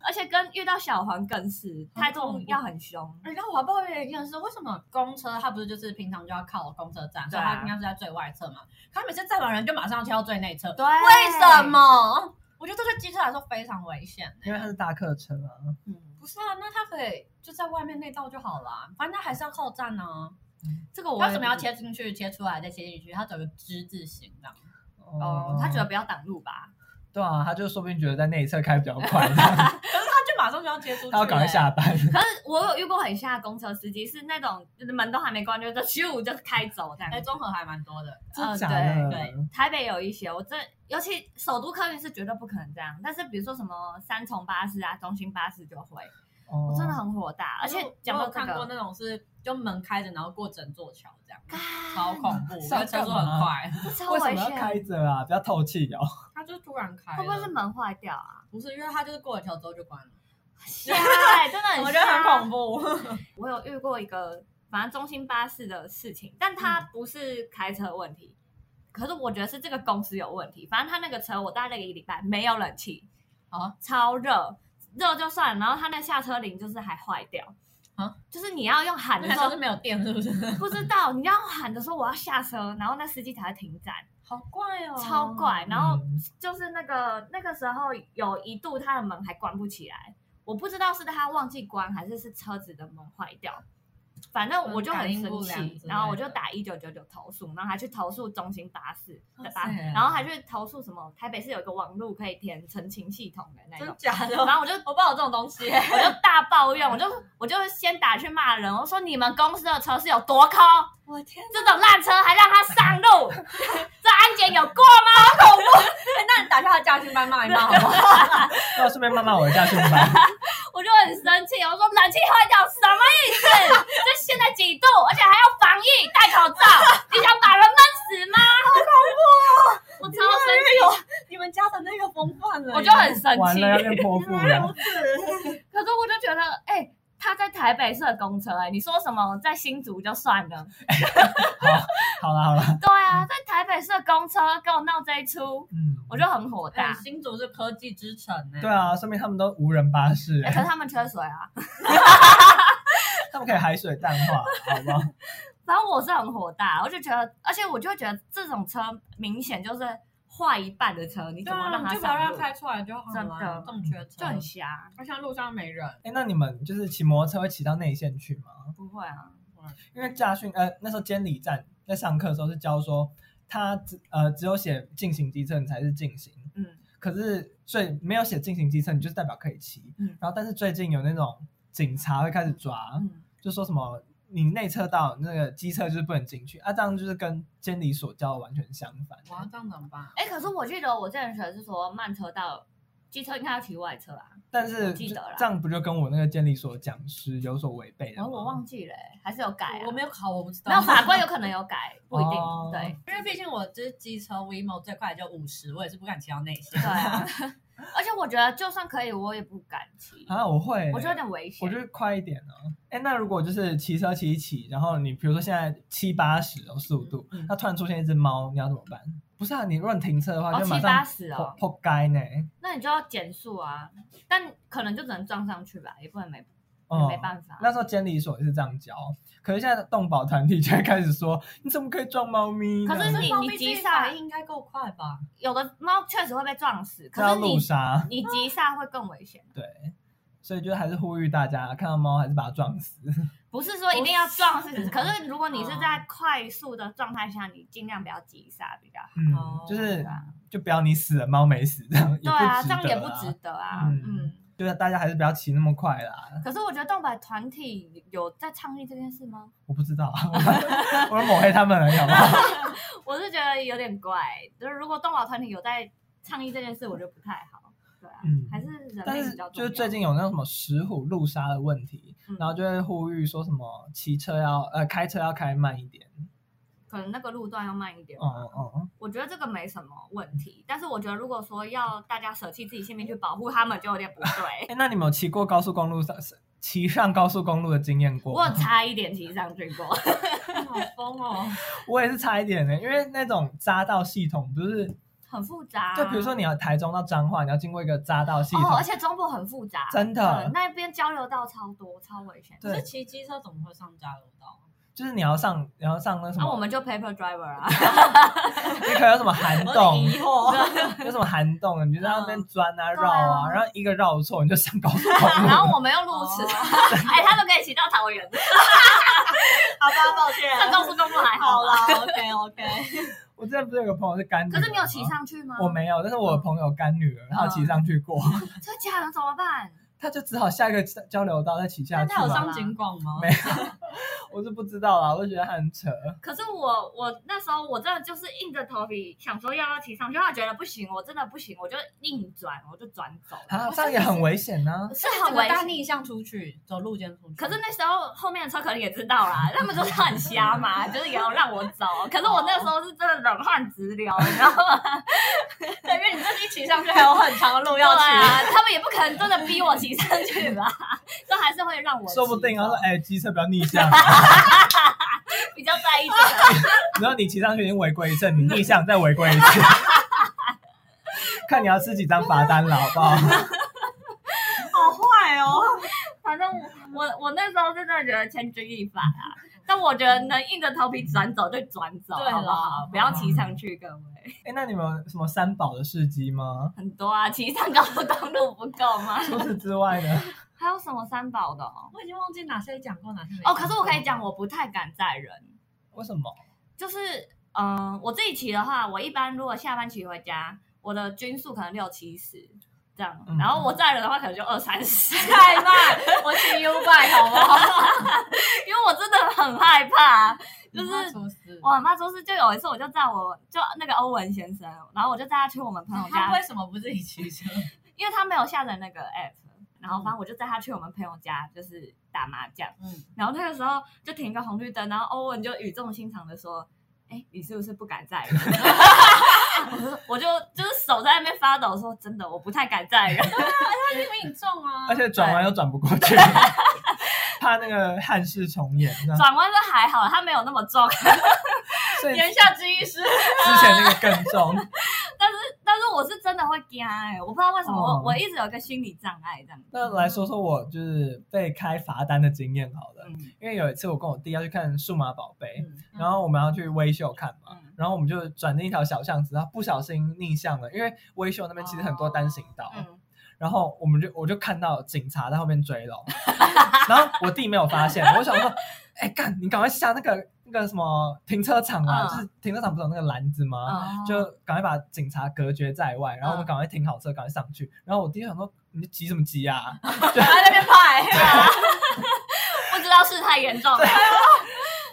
A: 而且跟遇到小黄更是态度要很凶。
D: 然后我还抱怨一件事，为什么公车它不是就是平常就要靠公车站，所
A: 对
D: 以
A: 啊
D: 它应该是在最外侧嘛？可它每次站完人就马上要跳到最内侧，
A: 对，
D: 为什？么？我觉得这对机车来说非常危险。
B: 因为它是大客车啊，
A: 嗯，
D: 不是啊，那他可以就在外面内道就好啦，反正他还是要靠站啊。
A: 这个我
D: 他为什么要
A: 也不知
D: 切进去、切出来再切进去？他走个之字形这样。
A: 道？哦，他觉得不要挡路吧？
B: 对啊，他就说不定觉得在内侧开比较
A: [laughs]
B: 快，
D: 可是他就马上就要切出去、
B: 他要赶快下班。
A: 可是我有遇过很吓的公车司机，是那种就是门都还没关就就咻就开走这样
D: [laughs] 哎、。综合还蛮多的，
B: 真的
A: 呃
B: 假的？
A: 对台北有一些，我这尤其首都客运是绝对不可能这样，但是比如说什么三重巴士啊、中心巴士就会。
B: 我
A: 我真的很火大，而且讲
D: 哦我
A: 到
D: 有
A: 这
D: 看过
A: 个，
D: 那种是就门开着，然后过整座桥这样，
A: 干
D: 超恐怖，
B: 是要
D: 而且速
B: 干嘛
D: 很快，
A: 这超
B: 为什
A: 危
B: 么要
A: 险，
B: 开着啊？不要透气哦。
D: 它就突然开了，
A: 会不会是门坏掉啊？
D: 不是，因为它就是过了桥之后就关了，
A: 瞎欸，真的很，
D: [laughs] 我觉得很恐。怖。
A: 我有遇过一个，反正中心巴士的事情，但它
D: 嗯
A: 不是开车问题，可是我觉得是这个公司有问题。反正他那个车我搭了一个礼拜，没有冷气，
D: 啊，
A: 超热，热就算了，然后他那下车铃就是还坏掉，
D: 啊，
A: [laughs] 就是你要用喊的
D: 那台
A: 时
D: [laughs] 车
A: 候
D: 是，没有电是不是？
A: 不知道你要喊的时候我要下车，然后那司机才会停站，
D: 好怪哦，
A: 超怪。然后
B: 嗯
A: 就是那个那个时候有一度他的门还关不起来，我不知道是他忘记关还是是车子的门坏掉，反正我就很
D: 嗯感应
A: 生
D: 不良之类
A: 气，
D: 的
A: 然后我就打一九九九投诉，然后还去投诉中心巴士的巴
D: 哇
A: 士，
D: 塞
A: 然后还去投诉什么台北市有一个网路可以填澄清系统的那
D: 真
A: 种。
D: 假的？
A: 然后我就
D: [laughs] 我不知道有这种东 [laughs] 西，
A: 我就大抱怨，我就我就先打去骂人，我说你们公司的车是有多抠，
D: 我天，
A: 这种烂车还让它上路， [laughs] 这安检有过吗？
D: 那你打电话家训班骂一骂 [laughs] 好不好？
B: 那顺便骂骂我的驾训班，
A: 我就很生气，我说冷气坏掉什么意思？这现在几度，而且还要防疫戴口罩，你想把人闷死吗？好恐怖、哦！我超生气，
D: 你们家的那个风范了耶，
A: 我就 [laughs] 很生
B: 完
A: 气
B: 了。要变泼妇了。
A: 可是我就觉得，哎、他在台北是有公车、哎，你说什么在新竹就算了，
B: 好了好了，
A: 对啊，在台北是有公车跟我闹这一出，
B: 嗯，
A: 我就很火
D: 哎
A: 大。
D: 新竹是科技之城欸呢。
B: 对，啊，说明他们都无人巴士
A: 哎
B: 欸，
A: 可是他们缺水啊。
B: [laughs] 他们可以海水淡化，好不好？ [laughs]
A: 反正我是很火大，我就觉得，而且我就觉得这种车明显就是坏一半的车，你
D: 对
A: 怎么
D: 啊，
A: 让
D: 你
A: 它
D: 就不要
A: 上
D: 让它
A: 路？
D: 开出来就好
A: 真
D: 了
A: 的，
D: 这么缺车，
A: 就很瞎，
D: 而且路上没人，
B: 哎，那你们就是骑摩托车会骑到内线去吗？
A: 不会啊，
B: 因为驾训呃那时候监理站在上课的时候是教说，他只呃只有写进行机车你才是进行，
A: 嗯，
B: 可是最没有写进行机车你就是代表可以骑，
A: 嗯
B: 然后但是最近有那种警察会开始抓，
A: 嗯，
B: 就说什么你内测到那个机车就是不能进去啊，这样就是跟监理所教的完全相反。
D: 哇，这样怎么办？
A: 哎、可是我记得我之前学是说慢车道，机车应该要骑外车啊，
B: 但是
A: 我记得啦
B: 这样不就跟我那个监理所讲师有所违背了
A: 然
B: 吗？
A: 后我忘记了、欸，还是有改啊？
D: 我没有考，我不知道。
A: 没有法规有可能有改，不一定，
B: 哦
A: 对
D: 因为毕竟我就是机车 WeMo 最快就五十，我也是不敢骑到内线
A: 对。啊。 [laughs] 而且我觉得就算可以，我也不敢骑，
B: 啊，我会欸，
A: 我觉得有点危险。
B: 我觉得快一点哦。哎，那如果就是骑车骑一骑，然后你比如说现在七八十哦速度，
A: 嗯嗯
B: 那突然出现一只猫，你要怎么办？不是啊，你如果你停车的话，
A: 哦
B: 就马
A: 七八
B: 上
A: 十
B: 破
A: 哦，
B: 破街呢。
A: 那你就要减速啊，但可能就只能撞上去吧，也不能没
B: 嗯，
A: 没办法
B: 那时候监理所也是这样教，可是现在的动保团体就会开始说，你怎么可以撞猫咪呢？
A: 可是你
D: 猫咪自
A: 急
D: 己
A: 刹
D: 反应应该够快吧？
A: 有的猫确实会被撞死，可
B: 这要
A: 是你
B: 路杀，
A: 你急刹会更危险，
B: 对。所以就还是呼吁大家，看到猫还是把它撞死。
A: 不是说一定要撞死，可是如果你是
B: 嗯
D: 哦
A: 在快速的状态下，你尽量不要急刹比较好。
B: 嗯，
D: 哦
B: 就是
A: 对啊
B: 就不要你死了，猫没死，这样也不值
A: 对
B: 得
A: 啊，这样也不
B: 啦
A: 值得啊。
B: 嗯
A: 嗯，
B: 就是大家还是不要骑那么快啦。
A: 可是我觉得动保团体有在倡议这件事吗？ [laughs]
B: 我不知道，啊 [laughs] 我要抹黑他们了，好不好？
A: 我是觉得有点怪，就是如果动保团体有在倡议这件事，我觉得不太好。对啊，
B: 嗯
A: 还是人
B: 但
A: 类
B: 是
A: 比较重要
B: 就是最近有那种什么石虎路杀的问题，
A: 嗯
B: 然后就会呼吁说什么骑车要呃开车要开慢一点。
A: 可能那个路段要慢一点吧。
B: 哦哦哦，
A: 我觉得这个没什么问题，但是我觉得如果说要大家舍弃自己性命去保护他们，就有点不对。 [laughs]
B: 哎，那你们有骑过高速公路上 [laughs] 骑上高速公路的经验过
A: 我
B: 吗？ [laughs]
A: 有差一点骑上去过，
D: 好疯哦！
B: 我也是差一点呢，因为那种匝道系统不是，
A: 很复杂、
B: 就比如说你要台中到彰化，你要经过一个匝道系统
A: 啊哦，，而且中部很复杂，
B: 真的
A: 对那边交流道超多，超危险。
D: 可
B: 对
D: 是骑机车怎么会上交流道？
B: 就是你要上你要上那什
A: 啊那、我
B: 么，
A: 们就 paper driver 啊，
B: [laughs] 你可能有什么涵
D: 我
B: 洞
D: 很，疑惑，
B: 有什么涵洞，你就在那边钻啊绕啊，
A: 嗯对啊
B: 然后一个绕错你就上高速公路
A: 然。后我们又路痴，哎，他们可以骑到桃园，
D: 好吧，抱歉
A: 上
D: [laughs]
A: 高速公路还好
D: 啊好
A: 啦。
D: 啦 OK OK， [laughs]
B: 我之前不是有个朋友是干女儿
A: 可
B: 吗
A: 是你有骑？上去吗？嗯
B: 我，没有，但是我有朋友干女儿，她有骑上去过，
A: 这假的怎么办？
B: 她就只好下一个交流道再骑下
D: 但
B: 去
D: 他有
B: 嘛。
D: 上警广吗？
B: 没我是不知道啊啦，我就觉得他很扯。
A: 可是我我那时候我真的就是硬着头皮想说要不要骑上去，后来觉得不行，我真的不行，我就硬转，我就转走了。
B: 啊，这样也很危险啊呢、
A: 是很危
D: 大
A: 险，
D: 逆向出去，走路肩出去。 [laughs]
A: 可是那时候后面的车可能也知道啦，他们就是很瞎嘛，就是也有让我走。可是我那时候是真的冷汗直流，你知道吗？ [laughs]
D: 对，因为你这一骑上去还有很长的路
A: 对
D: 要骑。 [laughs]
A: 啊，他们也不可能真的逼我骑上去吧， [laughs] 都还是会让我骑
B: 说不定他说：“哎、机车不要逆向。啊
A: 比较在意这个。”
B: [laughs] 然后你骑上去已经违规一次，你逆向再违规一次， [laughs] 看你要吃几张罚单了，好不好？
D: 好坏哦！
A: 反正我我我那时候真的觉得千钧一发啊，但我觉得能硬着头皮转走就转走，
D: 对啦
A: 好不好？不要骑上去，各位。
B: 哎、那你们有什么三宝的事迹
D: [laughs]
B: 吗？
A: 很多啊，骑上高速公路不够吗？
B: 除此之外呢？
A: 还有什么三宝的哦？
D: 我已经忘记哪些讲过，哪些没
A: 哦，可是我可以讲，我不太敢载人。
B: 为什
D: [laughs]
B: 么？
A: 就是嗯、呃我自己骑的话，我一般如果下班骑回家，我的均速可能六七十这样，
B: 嗯
A: 然后我载人的话可能就二三十，
D: 太慢，我骑 U bike 好不好？
A: [laughs] 因为我真的很害怕，就
D: 你怕
A: 是。
D: 出事
A: 我很怕出事，就有一次我就载我就那个欧文先生，然后我就载他去我们朋友
D: 他
A: 家，
D: 为什么不自己骑车？
A: 因为他没有下载那个 app，然
B: 嗯
A: 后反正我就载他去我们朋友家，就是打麻将。
D: 嗯，
A: 然后那个时候就停一个红绿灯，然后欧文就语重心长的说：“哎，你是不是不敢载人？” [laughs] 我就就是手在那边发抖，说：“真的，我不太敢载人。 [laughs]
D: 因为你重啊， [laughs]
B: 而且转弯又转不过去， [laughs] 怕那个汉室重演。这”样
A: 转弯是还好，他没有那么重， [laughs]
B: 所以
D: 言下之意是，
B: 之前那个更重。
A: 但是我是真的会惊哎、我不知道为什么我、
B: 哦
A: 我一直有一个心理障碍这样。嗯
B: 那来说说我就是被开罚单的经验好了，
A: 嗯
B: 因为有一次我跟我弟要去看《数码宝贝》，
A: 嗯
B: 然后我们要去微秀看嘛，
A: 嗯
B: 然后我们就转进一条小巷子，然后不小心逆向了，因为微秀那边其实很多单行道，
A: 嗯，
B: 然后我们就我就看到警察在后面
A: [laughs]
B: 追了，然后我弟没有发现，我想说，哎、干，你赶快下那个那个什么停车场啊，
A: 嗯
B: 就是停车场不是有那个篮子吗？
A: 哦
B: 就赶快把警察隔绝在外，然后我们
A: 嗯
B: 赶快停好车，赶快上去。然后我弟就想说：“你急什么急啊？” [laughs]
D: 他在那边拍，
A: [laughs] 不知道事态严重了，
B: 啊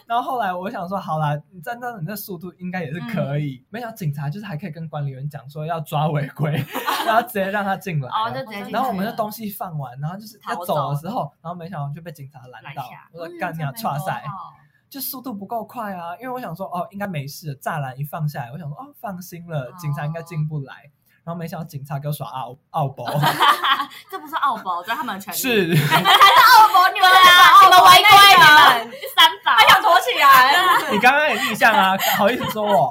B: 然后后来我想说，好啦，你站到你那速度应该也是
A: 嗯
B: 可以。没想到警察就是还可以跟管理员讲说要抓违规， [laughs] 然后直接让他进来
A: 哦，
B: 了。
A: 就直接进去
B: 然后我们
A: 了
B: 就东西放完，然后就是要
A: 逃
B: 走
A: 走
B: 的时候，然后没想到就被警察拦到
A: 拦下。嗯
B: 我说干你啊，
D: 差
B: 叉赛，就速度不够快啊！因为我想说，哦，应该没事了，栅栏一放下来，我想说，哦，放心了，警察应该
A: 哦
B: 进不来。然后没想到警察给我耍奥
A: [laughs]
B: 奥博，
A: 这不是澳宝，这是他们的权利。
B: 是
A: 澳宝，哦你们
D: 啊
A: 澳
D: 你们违规
A: 你们三宝，
D: 他想躲起来，
B: [laughs] 你刚刚也逆向啊， [laughs] 好意思说我？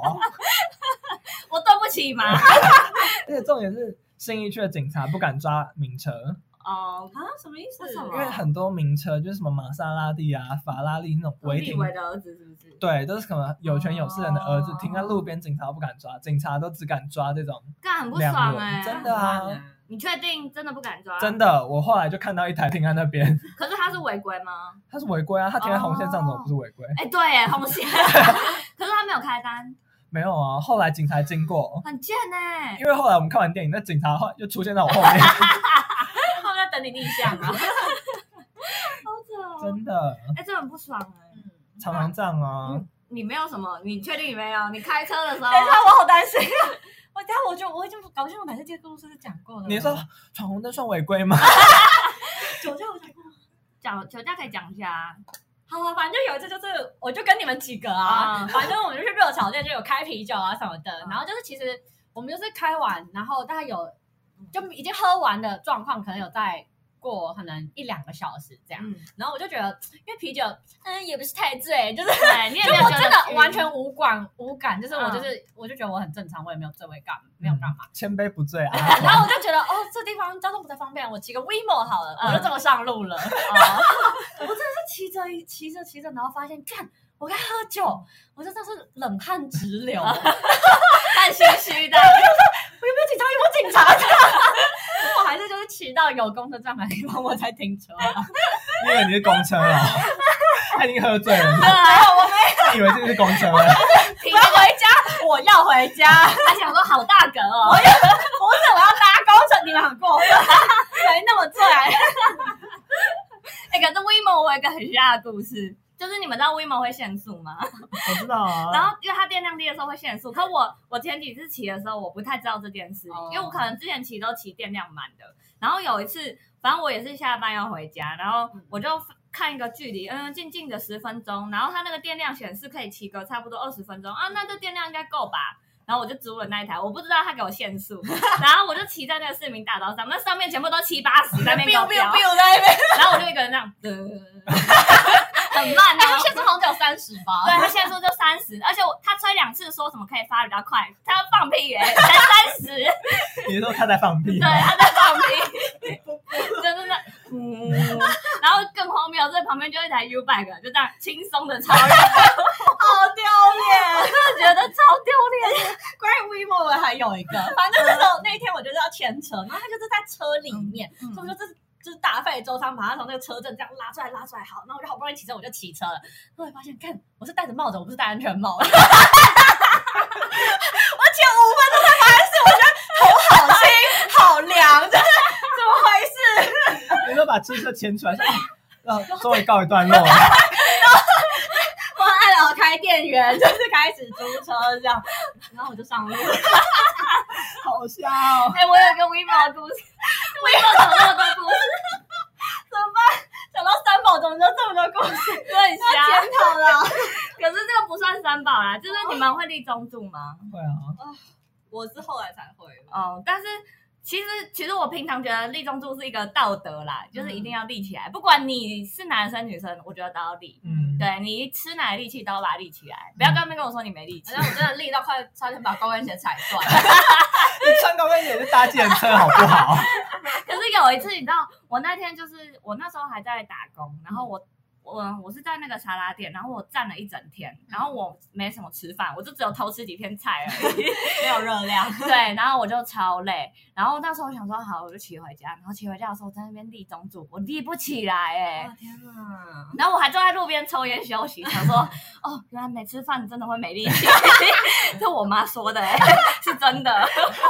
A: 我对不起嘛。
B: [laughs]
A: [laughs]
B: 而且重点是新一区的警察不敢抓名车，
A: 哦，
D: 啊，什么意思？
A: 为什么
D: [laughs]
B: 因为很多名车就是什么玛莎拉蒂啊、法拉利那种违
A: 立
B: 停，
A: 伟的儿子是不是？
B: 对，都是可能有权有势人的儿子
D: 哦
B: 停在路边，警察不敢抓，警察都只敢抓这种。
A: 干哦很不爽
B: 两
A: 哎、
B: 人真的啊
D: 很慢欸
A: 你确定真的不敢抓？
B: 真的，我后来就看到一台停在那边， [laughs]
A: 可是他是违规吗？
B: 他是违规啊，他停在红线上怎么不是违规？
A: 哎、对耶，红线。可是他没有开单，
B: 没有啊，后来警察经过，
A: 很贱哎、
B: 因为后来我们看完电影，那警察后又出现在我
A: [laughs]
B: 后面，
D: 他们在等你逆向啊。
A: 好扯哦。
B: 真的
A: 哎、这很不爽哎、
B: 常常这样啊
A: 嗯。你没有什么？你确定你没有？你开车的时候，
D: 等一下，我好担心啊！我等一下我就我已经搞不清楚哪些这些故事是讲过的。
B: 你说闯红灯算违规吗？ [laughs]
D: 酒驾我讲过吗。
A: 讲酒驾可以讲一下啊。
D: 好了，反正有一次就是，我就跟你们几个啊，
A: 啊
D: 反正我们就是热炒店就有开啤酒啊什么的，然后就是其实我们就是开完，然后大概有就已经喝完的状况，可能有在过可能一两个小时这样，
A: 嗯，
D: 然后我就觉得，因为啤酒嗯也不是太醉，就是
A: 对，你也
D: 就
A: 没有
D: 我
A: 觉得
D: 真的嗯啊
A: 晕
D: 完全无感无感，就是我
A: 嗯
D: 就是、我就觉得我很正常，我也没有醉，我也干没有干嘛。
B: 千杯不醉啊。
D: 嗯 [laughs] 然后我就觉得，哦，这地方交通不太方便，我骑个 WeMo 好了，
A: 嗯
D: 我就这么上路 [laughs] 了。啊
A: 哦，
D: 就骑着一骑着骑着，然后发现，干，我该喝酒，我真的是冷汗直 [laughs] 流。我有没
A: 汗虚虚的。
D: 有警察？有没有警察？
A: [laughs]
D: 我还是就是骑到有公车站牌的地方，我才停车。
B: 你以为你是公车哦？他已经喝醉了，
D: 我没
B: 他以为这是公车了。 [laughs]
A: 停
D: 我要回家，我要回家。
A: 他想说好大梗哦
D: 我。要不是 [laughs] 我要搭公车，你们很 [laughs] 过分，没那么醉。
A: 哎、可是 WeMo 我有一个很吓的故事，就是你你们知道 WeMo 会限速吗？
B: 我知道啊。
A: 然后因为它电量低的时候会限速，可我我前几次骑的时候我不太知道这件事，
D: 哦
A: 因为我可能之前骑都骑电量满的。然后有一次，反正我也是下班要回家，然后我就看一个距离，嗯，静静的十分钟，然后它那个电量显示可以骑个差不多二十分钟啊，那这电量应该够吧？然后我就租了那一台，我不知道它给我限速，然后我就骑在那个市民大道上，那上面全部都七八十在那边
D: biu
A: 高
D: biu
A: 标，
D: biu 在那边，
A: 然后我就一个人这样，呃很慢
D: 哎， [laughs] 他
A: 哦。
D: 限速好像只有三十吧？
A: 对他限速就三十，而且我他吹两次说什么可以发比较快，他要放屁耶、才三十，对
B: 你说他在放屁吗？
A: 他在放屁，真的是，嗯，然后更荒谬的是旁边就一台 U bike，就这样轻松的超人，
D: 好丢脸。
A: 真的觉得超丢脸。
D: 关于 WeMo 我还有一 [laughs] 个，反正那时候那一天我就是要牵车，然后他就是在车里面，
A: 嗯嗯
D: 所以我就这是。就是大费周章把他从那个车阵这样拉出来，拉出来，好，那我就好不容易骑车，我就骑车了。后来发现，看我是戴着帽子，我不是戴安全帽。我骑了五分钟才发现是，我觉得头好轻，好凉，这是怎么回事？
B: 啊你说把汽车牵出 [laughs] 来，说哎啊，终于告一段落了。
D: 我按了开电源，就是 [laughs] 开始租车这样，然后我就上路了。
B: [laughs] 好笑哦。
A: 哎、我有一个 WeMo 的故事，WeMo 怎么那么多故事，
D: 怎么办？想到三宝，怎么就这么多故事？
A: 真的很瞎。
D: 检讨了。
A: 可是这个不算三宝啦，就是你们会立中柱吗？
B: 会啊，
D: 我是后来才会的。
A: 哦，但是其实其实我平常觉得立中柱是一个道德啦，就是一定要立起来，不管你是男生女生，我觉得都要立。
B: 嗯，
A: 对你吃奶的力气都要把它立起来，不要跟他们跟我说你没力气
D: 反。正我真的力到快，差点把高跟鞋踩断。 [laughs]
B: 你穿高跟鞋就搭计程车好不 [laughs] 好？
A: [laughs] 可是有一次，你知道，我那天就是我那时候还在打工，然后我我我是在那个沙拉店，然后我站了一整天，然后我没什么吃饭，我就只有偷吃几片菜而已。
D: [laughs] 没有热量。
A: [laughs] 对，然后我就超累，然后那时候我想说好，我就骑回家，然后骑回家的时候在那边立中柱，我立不起来哎、
D: 哦天哪！
A: 然后我还坐在路边抽烟休息，想
D: [laughs]
A: 说哦，原来没吃饭真的会没力气，这我妈说的、欸，是真的， [laughs]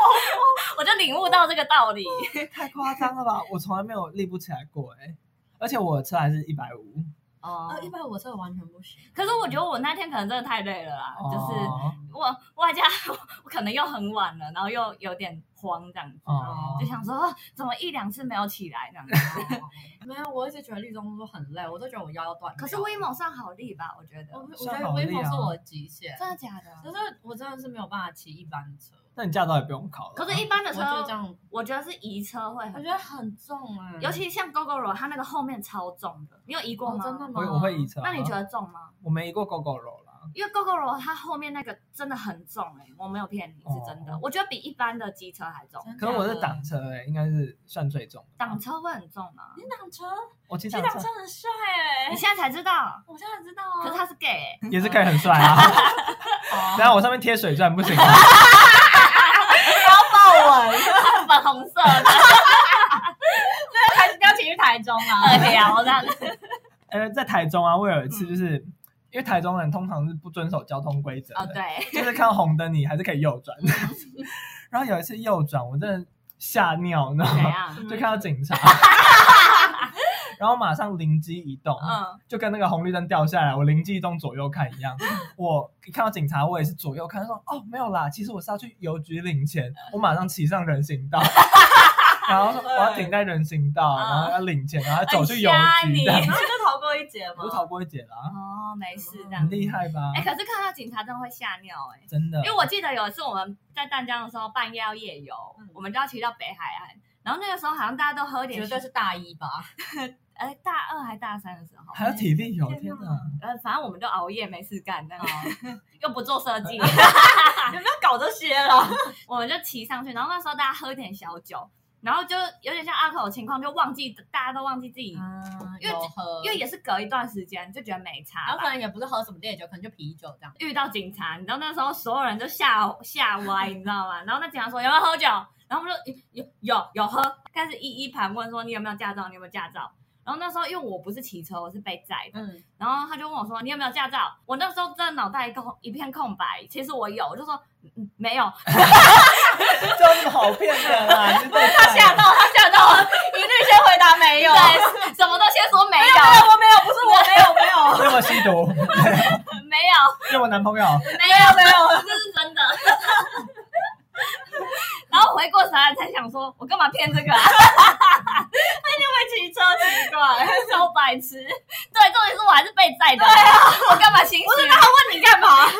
A: 我就领悟到这个道理。
B: 哎太夸张了吧！我从来没有立不起来过哎、而且我的车还是一百五，
A: 哦
D: 呃，一般我这完全不行。
A: 可是我觉得我那天可能真的太累了啦，就是
B: 哦
A: 我外加 [laughs] 我可能又很晚了，然后又有点慌这样子，
B: 哦
A: 就想说哦怎么一两次没有起来这样子。
D: [laughs] 没有，我一直觉得立中柱很累，我都觉得我腰要断掉。
A: 可是威猛算好力吧，我觉
D: 我
A: 得，
D: 我觉得威猛是
B: 啊
D: 我的极限，
A: 真的假
D: 可
A: 的？啊
D: 是我真的是没有办法骑一般的车。
B: 那你驾照也不用考了。啊
A: 可是，一般的
D: 我
A: 车，
D: 就这样，
A: 我觉得嗯是移车会
D: 我
A: 很
D: 觉得很重哎、
A: 尤其像 GoGoRo，它那个后面超重的，你有移过
D: 哦
A: 吗？
D: 真的吗？
B: 我我会移车啊。
A: 那你觉得重吗？
B: 我没移过 GoGo 楼啦？
A: 因为 GoGoRo 它后面那个真的很重哎、我没有骗你，是真的。
B: 哦
A: 我觉得比一般的哦机车还重。
D: 真的
B: 可
D: 假的
B: 是我是挡车哎、应该是算最重的吧。
A: 挡车会很重吗？
D: 你挡车，
B: 我骑
D: 你
B: 挡
D: 挡
B: 车
D: 车很帅哎、
A: 你现在才知道，
D: 我现在知道啊。
A: 可是他是 gay，、欸、
B: 也是可以很帅啊。[laughs]
D: 好
B: 然后我上面贴水钻不行吗？
D: 豹纹，
A: 粉红色 [laughs] 的
D: 开始要骑去台中啊。
A: 二条这样子。
B: 呃，在台中啊，我有一次就是。因为台中人通常是不遵守交通规则的，
A: 哦，对，
B: 就是看到红灯你还是可以右转。 [laughs] 然后有一次右转，我真的吓尿，你知道
A: 怎
B: 吗？
A: 样？
B: 就看到警察， [laughs] 然后马上灵机一动，
A: 嗯，
B: 就跟那个红绿灯掉下来，我灵机一动左右看一样。 [laughs] 我一看到警察，我也是左右看，说哦没有啦，其实我是要去邮局领钱，我马上骑上人行道。 [laughs] 然后说我要停在人行道，
A: 嗯
B: 然后要领钱，然后走去邮
A: 很瞎
B: 局
A: 你
B: 这样，
D: 然后就逃过一劫
B: 我
D: 嘛。
B: 就逃嗯过一劫啦，
A: 哦，没事这样
B: 很
A: 子。
B: 厉害吧
A: 哎、？可是看到警察真的会吓尿哎、
B: 真的
A: 因为，我记得有一次我们在淡江的时候，半夜要夜游，
D: 嗯
A: 我们就要骑到北海岸，然后那个时候好像大家都喝点
D: 绝
A: 酒，
D: 对是大一吧？
A: 哎、大二还大三的时候，
B: 还有体力有，
D: 天
B: 天
D: 哪
B: 哪！
A: 呃，反正我们都熬夜没事干，然后
D: 哦
A: 又不做设
D: [laughs]
A: 计，
D: 你不要搞这些了。
A: [laughs] 我们就骑上去。然后那时候大家喝点小酒，然后就有点像阿口的情况，就忘记大家都忘记自己，
D: 嗯因为
A: 有
D: 喝
A: 因为也是隔一段时间就觉得没
D: 然
A: 差
D: 后可
A: 吧。
D: 能也不是喝什么烈酒，可能就啤酒这样。
A: 遇到警察，你知道那时候所有人都吓吓歪，你知道吗？然后那警察说有没有喝酒，然后我们说有有有喝，开始一一盘问说你有没有驾照，你有没有驾照。然后那时候因为我不是骑车，我是被载的，
D: 嗯，
A: 然后他就问我说：“你有没有驾照？”我那时候真的脑袋一空一片空白，其实我有，我就说、嗯嗯、没有，
B: 这么好骗人啊！
A: [laughs]
B: 真的
A: 哎
D: 他吓到，他吓到了，一律先回答没有。
A: 对，什么都先说没有，
D: 我没有，不是我没有，没 [laughs] 有，
B: 那么吸毒，
A: 没有，
B: 那么男朋友，
A: 嗯没有，
D: 没有，
A: 这是真的。 [laughs] 然后回过神来才想说，我干嘛骗这个、啊？ [laughs]
D: 会骑车奇怪。
A: 超白痴。对，重点是我还是被载的。对啊，我干嘛心虚？
D: 不是，他问你干嘛？ [laughs] 啊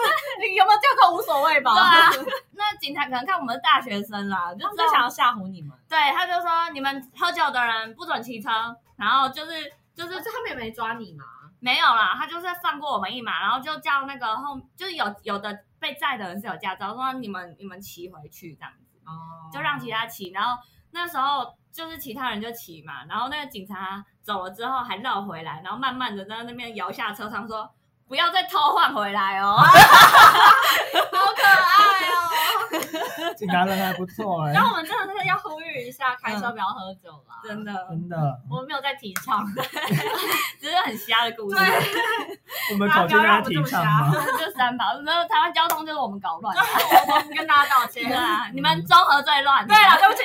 D: 你有没有掉头无所谓吧？
A: 对啊 [laughs] 那警察可能看我们是大学生啦，就
D: 他
A: 知
D: 们
A: 道
D: 就想要吓唬你们。
A: 对，他就说你们喝酒的人不准骑车，然后就是就是
D: 他们也没抓你嘛。
A: 没有啦，他就是放过我们一马，然后就叫那个后就是有有的被载的人是有驾照，说你们你们骑回去这样子，
D: 哦
A: 就让其他骑，然后那时候。就是其他人就骑嘛，然后那个警察走了之后还绕回来，然后慢慢的在那边摇下车窗说：“不要再偷换回来哦。”
D: 好可爱哦。
B: 警察人还不错哎
D: 然， [laughs] 后我们真的是要呼吁一下，开车不要喝酒啦。
A: 真的，
B: 哎真的，
D: 我们没有在提倡，
A: [laughs] 只是很瞎的故事，
B: 我们口径跟他提倡吗？
A: 啊就三跑，没有台湾交通就是我们搞 [laughs] 乱的，
D: 我们跟大家道歉
A: 对。啊，你们综合最乱。
D: 对了，，对不起。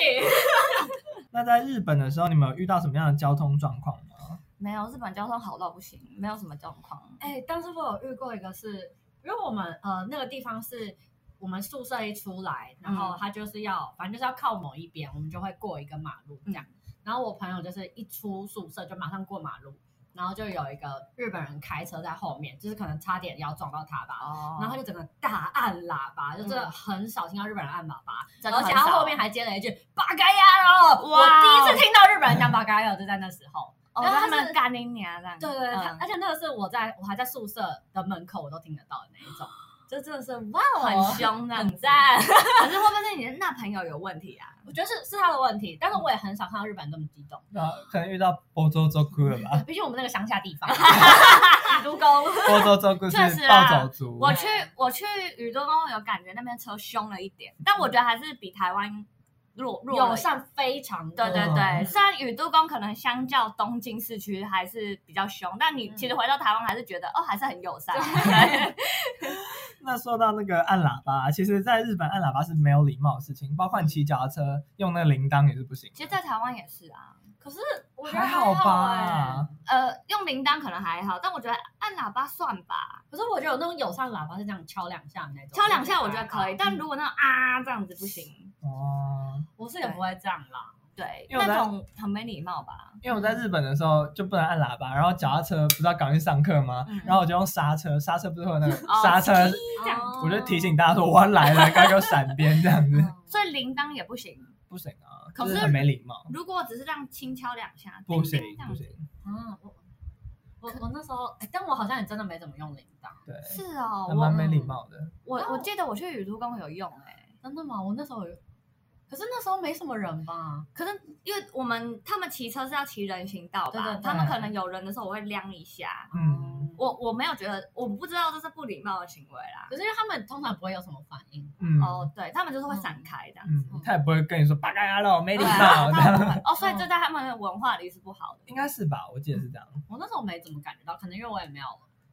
B: 那在日本的时候，你们有遇到什么样的交通状况吗？
A: 没有日本交通好到不行，没有什么状况。
D: 哎、但是我有遇过一个是，因为我们呃那个地方是我们宿舍一出来，然
A: 嗯
D: 后他就是要、反正就是要靠某一边，我们就会过一个马路这样。
A: 嗯
D: 然后我朋友就是一出宿舍就马上过马路，然后就有一个日本人开车在后面，就是可能差点要撞到他吧。
A: 哦
D: 然后他就整个大按喇叭，就真的
A: 嗯
D: 很少听到日本人按喇叭，
A: 真的
D: 而
A: 很
D: 且
A: 少
D: 他后面还接了一句“八嘎呀喽”，我
A: 哇哦
D: 第一次听到日本人讲“八嘎呀”，就在那时候。
A: 哦，
D: 然后
A: 他
D: 他是
A: 们干你娘这样。
D: 对对对，他
A: 嗯
D: 而且那个是我在我还在宿舍的门口，我都听得到的那一种，就真的是哇
A: 很
D: 哦，
A: 凶这样
D: 很
A: 子。 [laughs]
D: 赞。
A: 可是会不会是你的那朋友有问题啊？
D: 我觉得是是他的问题，但是我也很少看到日本人这么激动，
B: 那可能遇到波州州哭了
A: [laughs]
B: 吧？
D: 毕竟我们那个乡下地方，基督公
B: 波州州哭是
A: 确实
B: 暴
A: 啦
B: 走族，
A: 我去我去宇都宫有感觉那边车凶了一点，但我觉得还是比台湾弱弱了
D: 友
A: 一点
D: 善非常多
A: 对对
B: 嗯
A: 对，虽然宇都宫可能相较东京市区还是比较凶，但你
D: 嗯
A: 其实回到台湾还是觉得哦，还是很友善。
B: 那说到那个按喇叭，其实在日本按喇叭是没有礼貌的事情，包括你骑脚踏车用那个铃铛也是不行的。
A: 其实，在台湾也是啊，
D: 可是我觉得
B: 好
D: 哎
B: 吧？
A: 呃，用铃铛可能还好，但我觉得按喇叭算吧，
D: 可是我觉得有那种友善喇叭是这样敲两下的那种，
A: 敲两
B: 啊
A: 下我觉得可以，但
D: 嗯
A: 如果那种啊这样子不行，
B: 哦，
D: 我是也不会这样啦。
A: 对，
B: 因为我在
A: 那种很没礼貌吧。
B: 因为我在日本的时候就不能按喇叭，然后脚踏车不是要赶去上课吗？
A: 嗯
B: 然后我就用刹车，刹车不是会有那个
A: [laughs] 哦
B: 刹车，
A: 这样
B: 我就提醒大家说我要来了，刚给我闪边这样子，
A: 所
D: 所
A: 以铃铛也不行。
B: 不行啊，
A: [laughs] 可
B: 就是
A: 是
B: 很没礼貌，
A: 如果只是这样轻敲两下，
B: 不行
A: 叮叮这样
B: 不
A: 子
B: 行，
D: 以啊，我我我那时候，哎，但我好像也真的没怎么用铃铛。
B: 对，
A: 是哦，
B: 还蛮
A: 我
B: 没礼貌的。
A: 我我记得我去宇都宫有用哎、
D: 真的吗？我那时候有，可是那时候没什么人吧？
A: 可是因为我们他们骑车是要骑人行道吧？
D: 对对对
A: 他们可能有人的时候我会亮一下。
B: 嗯
A: 我我没有觉得，我不知道这是不礼貌的行为啦。
D: 可是因为他们通常不会有什么反应，
B: 嗯
A: 哦，对他们就是会闪开这样子。
B: 嗯，他也不会跟你说八嘎呀喽，没礼
A: 对
B: 貌
A: 啊，
B: 这
A: 他
B: 样，
A: 们不会哦，所以这在他们的文化里是不好的。
B: 应该是吧？我记得是这样。
A: 嗯
D: 我那时候没怎么感觉到，可能因为我也没有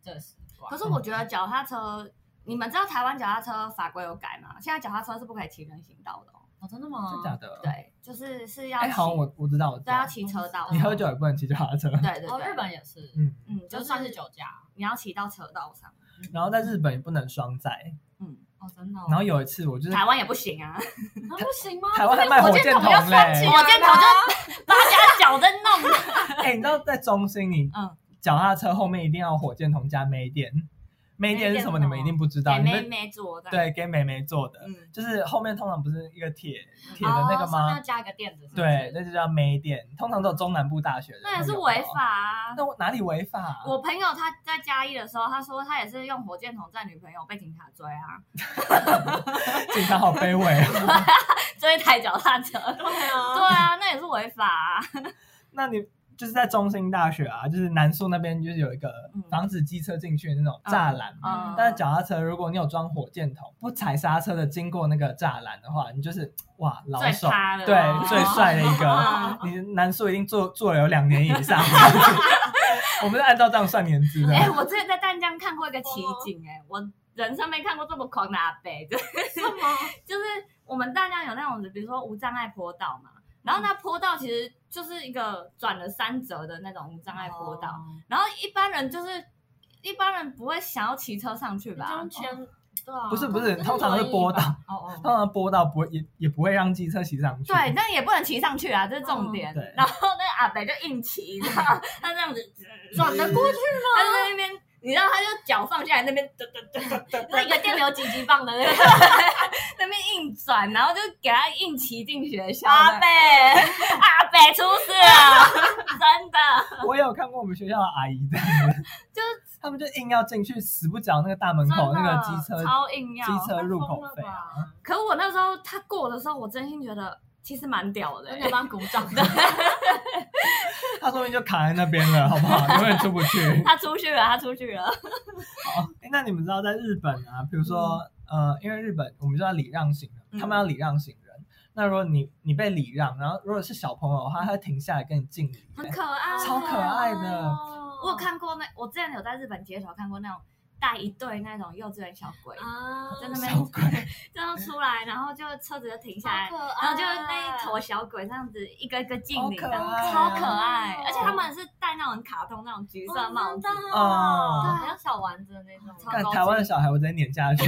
D: 这个习惯。
A: 可是我觉得脚踏车，你们知道台湾脚踏车法规有改吗？现在脚踏车是不可以骑人行道的哦。
D: 哦，真的吗？
B: 真假的？。啊
A: 对，就是是要
B: 嗯哎，
A: 骑，
B: 好，我我知道，我知
A: 对要嗯
B: 道。
A: 骑车道。
B: 你喝酒也不能骑脚踏车。
A: 对对对，
D: 哦，日本也是，
B: 嗯，
A: 嗯，就
D: 就算
A: 算
D: 是
A: 是
D: 酒驾。
A: 你要骑到车道上，
B: 然后在日本也不能双载。
A: 嗯，
D: 哦，真的哦。
B: 然后有一次我就是
A: 台湾也不行
B: [laughs]
A: 啊，
D: 啊不行吗？
B: 台湾还卖火箭筒嘞
D: 要算起来
A: 火箭筒
D: 吗
A: 八家脚在弄。 [laughs]
B: 哎、你知道在中心你
A: 嗯
B: 脚踏车后面一定要有火箭筒加杯垫，杯垫是
A: 杯垫是
B: 什么？
A: 什么
B: 你们一定不知道，
A: 给
B: 你
A: 妹
B: 们
A: 妹做的。，
B: 对给妹妹做的，
A: 嗯，
B: 就是后面通常不是一个铁铁的那个
D: 哦上面
B: 吗？
D: 要加一个垫子。是不是
B: 对，，那就叫杯垫，通常都有中南部大学的。哦
A: 那也是违。法啊。
B: 那我哪里违法、啊？
A: 我朋友他在嘉义的时候，他说他也是用火箭筒载女朋友被警察追啊，
B: 警察好卑
A: [laughs]
B: 微啊！
A: 追一台脚踏车。
D: 对啊
A: 对啊，那也是违法啊。
B: [laughs] 那你就是在中兴大学啊，就是南宿那边就是有一个防止机车进去的那种栅栏嘛。
A: 嗯，
B: 但是脚踏车，如果你有装火箭筒，不踩刹车的经过那个栅栏的话，你就是哇老
A: 最
B: 手，
A: 趴的，
B: 对
A: 哦
B: 最
A: [laughs]
B: 帅的一个
D: 啊
A: 嗯。
B: 你南宿一定做做了有两年以
A: [laughs]
B: 上，我们是按照这样算年资的。
A: 哎、我之前在淡江看过一个奇景、哎，我人生没看过这么狂的阿伯， [laughs] 就是
D: [laughs] 什么？
A: 就是我们淡江有那种，比如说无障碍坡道嘛，然后那坡道其实就是一个转了三折的那种无障碍坡道，
C: 哦
D: 哦
A: 然后一般人就是一般人不会想要骑车上去
D: 吧，
A: 吧？
D: 圈对啊，
B: 不是不是，
D: 那
B: 通常是
D: 轮椅
B: 波
D: 吧
B: 道，
D: 哦
B: 通
D: 哦，
B: 常波道不会也也不会让机车骑上去。
A: 对，但也不能骑上去啊，这是重点。
B: 嗯对
A: 然后那个阿北就硬骑，你知道吗， [laughs] 他这样子
D: 转得过去
A: 他就在那边，你知道，他就脚放下来那边，噔噔噔噔噔，
D: 那
A: 那
D: 个
A: 个
D: 电流几级棒的那个
A: 那边硬转，然后就给他硬骑进学校。
D: 阿
A: 北，阿北出事 [laughs] 了，真的。 [laughs]
B: 我也有看过我们学校的阿姨在，
A: 就是
B: 他们就硬要进去，死不缴那个大门
A: 哦
B: 口那个机车
A: 真的超硬要。
B: 机车入口费啊。
D: 吧，
A: 可我那时候他过的时候，我真心觉得其实蛮屌的、欸
D: 而且帮鼓掌的。
B: 他说不定就卡在那边了，好不
A: [laughs]
B: 好？永远出不去。 [laughs]
A: 他出去了，他出去了。
B: 好诶那你们知道在日本啊，比如说、
A: 嗯
B: 呃，因为日本我们就要礼让行人，他们要礼让行人。那如果你你被礼让，然后如果是小朋友的话，他会停下来跟你敬礼，
A: 很可爱，
B: 超可爱的
D: 哦
A: 我有看过那，我之前有在日本街头看过那种带一对那种幼稚园小鬼，
D: 啊
A: 在那边
B: 小鬼。
A: 这样出来，然后就车子就停下来，然后
D: 然
A: 就那一坨小鬼这样子一个一个敬礼，
B: 啊好
A: 这
B: 可
A: 样
B: 爱
A: 超可爱，
D: 哦
A: 而且他们是戴那种卡通那种橘色帽子，
B: 哦
D: 对，很像小丸子的那种，
A: 超
B: 看
A: 高
B: 台湾的小孩，我直接碾下去。 [laughs]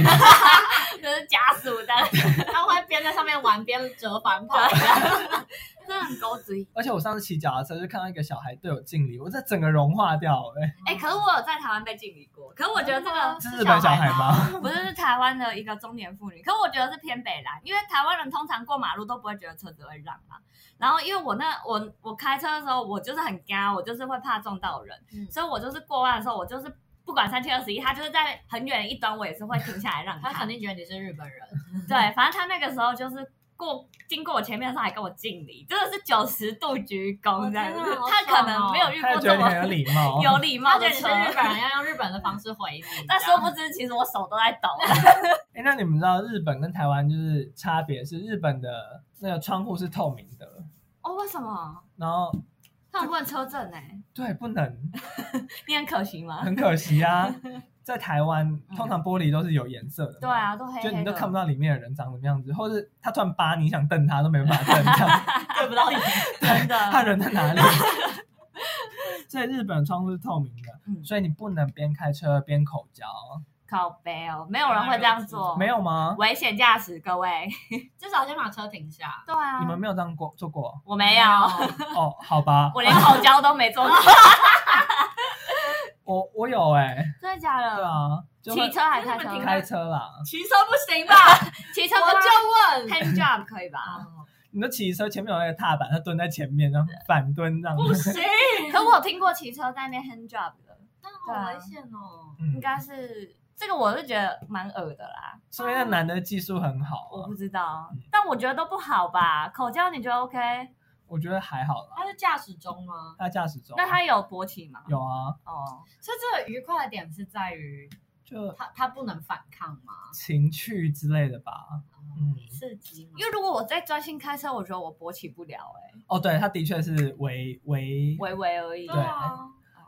A: 就是家属的，
D: [laughs] 他会边在上面玩边折返跑，
A: 真的很狗嘴。
B: 而且我上次骑脚踏车就看到一个小孩对我敬礼，我这整个融化掉、欸。
A: 哎、可是我有在台湾被敬礼过，可是我觉得这个
B: 这是日本小孩吗？
A: 不是是台湾的一个中年妇女，可是我觉得是偏北蓝，因为台湾人通常过马路都不会觉得车子会让嘛。然后因为我那我我开车的时候，我就是很干，我就是会怕撞到人，
D: 嗯
A: 所以我就是过啊弯的时候，我就是不管三七二十一，他就是在很远的一端，我也是会停下来让
D: 他肯定觉得你是日本人，
A: 对，反正他那个时候就是过经过我前面的时候还跟我敬礼，真的是九十度鞠
D: 我
A: 躬
D: 天
A: 这样子。
D: 哪好
A: 他可
D: 爽
A: 能
D: 哦
A: 没有
B: [laughs]
A: 遇
B: 他
A: 过
B: 就
A: 这
B: 觉得你很有
A: 么
B: 礼
A: [laughs]
B: 貌，
A: 有礼
D: 他
A: 貌
D: 觉得
A: 的
D: 你是
A: 车，
D: 日本人，要用日本的方式回 [laughs] 你。
A: 但殊不知其实我手都在
D: [laughs]
A: 抖。
B: 哎、那你们知道日本跟台湾就是差别是日本的那个窗户是透明的，
A: 哦，为什么？
B: 然后
A: 他们不能车震呢、
D: 欸
B: 对不能，
A: 你很可惜吗？
B: 很可惜
A: [laughs]
B: 啊。在台湾，通常玻璃都是有颜色的，
A: 嗯对，啊，都黑黑
B: 就
A: 的，
B: 你都看不到里面的人长什么样子，或是他突然扒你想瞪他都没办法瞪，这
A: [laughs]
B: 样
D: 对不到你，
A: 真的。
B: 他人在
A: [laughs]
B: 哪里？所以日本的窗户是透明的，
A: 嗯
B: 所以你不能边开车边口交，
A: 靠背哦，没有人会这样做，
B: 没有吗？
A: 危险驾驶，各位。
D: 至少先把车停下。
A: 对啊，
B: 你们没有这样过
A: [laughs]
B: 做过？
A: 我没有，
B: 哦，好吧，
A: 我连口交都没做
B: [laughs]
A: 过，
B: 我我有哎、
A: 真的假的？
B: 对啊，就
A: 嗯
B: 会
A: 骑车还开
D: 那你
A: 车？
D: 们停
B: 开车啦，
D: [laughs]
A: 骑车不行吧？骑车嗯
D: 我就问，
A: hand job 可以吧？
B: 你都骑车前面有那个踏板，他蹲在前面，然后反蹲这样
D: 不
B: 子。
D: 行，
A: 可我有听过骑车在那边 hand job 的，
D: 那好危险哦。
B: 嗯
A: 应该是这个，我是觉得蛮恶的啦，
B: 说明那男的技术很好
A: 我
B: 啊
A: 不，知道
B: 嗯，
A: 但我觉得都不好吧。口交你觉得 OK？
B: 我觉得还好啦。
D: 他是驾驶中吗？
B: 他驾驶中，
A: 那他有勃起吗？
B: 啊有啊，
A: 哦，
D: 所以这个愉快的点是在于
B: 就
D: 他他不能反抗吗？
B: 情趣之类的吧。嗯，
D: 刺激吗？
A: 因为如果我在专心开车，我觉得我勃起不了，哎，
B: 哦，对，他的确是为为。
A: 微微而已。
B: 对
D: 啊，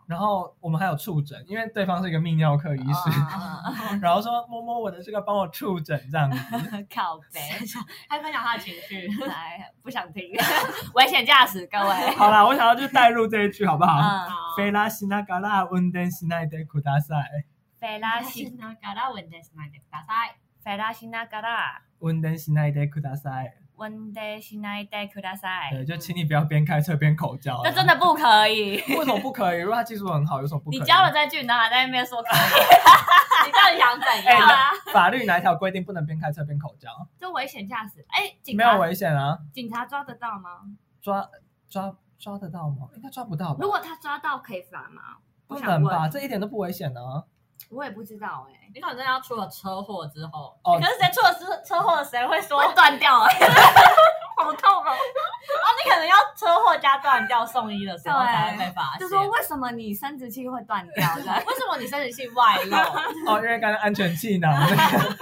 B: 然后我们还有触诊，因为对方是一个泌尿科医师，
A: 嗯啊
B: [laughs] 然后说摸摸我的这个，帮我触诊这样子。
A: 嗯靠背，
B: [laughs]
D: 还分享他的情 [laughs] 绪。
A: 来，不想听， [laughs] 危险驾驶，各位。
B: 好啦，我想要就带入这一句好不好？
A: [laughs] 嗯，
B: 菲拉西那嘎拉温登西奈德库大赛，
A: 菲
D: 拉
A: 拉
D: 西
A: 西，
D: 那嘎拉文德斯奈德大赛，
A: 菲拉西那嘎啦。
B: 温登西奈德库大赛。
A: One day しないでくださ
B: 对，
A: い。
B: 就请你不要边开车边口交。啊
A: 这真的不可以。
B: 为什么不可以？如果他技术很好，有什么不可以？
A: 你教了这句，然后还在那边说可以，
D: 你到底想怎
A: 对
B: 哎
D: 样？
A: 啊，
B: 法律哪一条规定不能边开车边口交？
A: 就危险驾驶。哎，警
B: 没有
A: 察
B: 危险啊，
A: 警察抓得到吗？
B: 抓抓抓得到吗？应该抓不到吧
A: 如？果他抓到可以罚吗？
B: 不
A: 我
B: 能
A: 想
B: 吧？
A: 问，
B: 这一点都不危险啊呢。
A: 我也不知道哎。
D: 你可能真的要出了车祸之后，
B: 哦 [laughs]
D: 可是谁出了车车祸，谁会说哦
A: 会断掉哎，好痛哦！
C: 你可能要车祸加断掉送医的时候
A: 对
C: 才会被发现。
A: 就说为什么你生殖器会断掉
B: [laughs]
A: 的？
C: 为什么你生殖器
D: [laughs]
C: 外露？
B: 哦，因为刚才安全气囊， [laughs]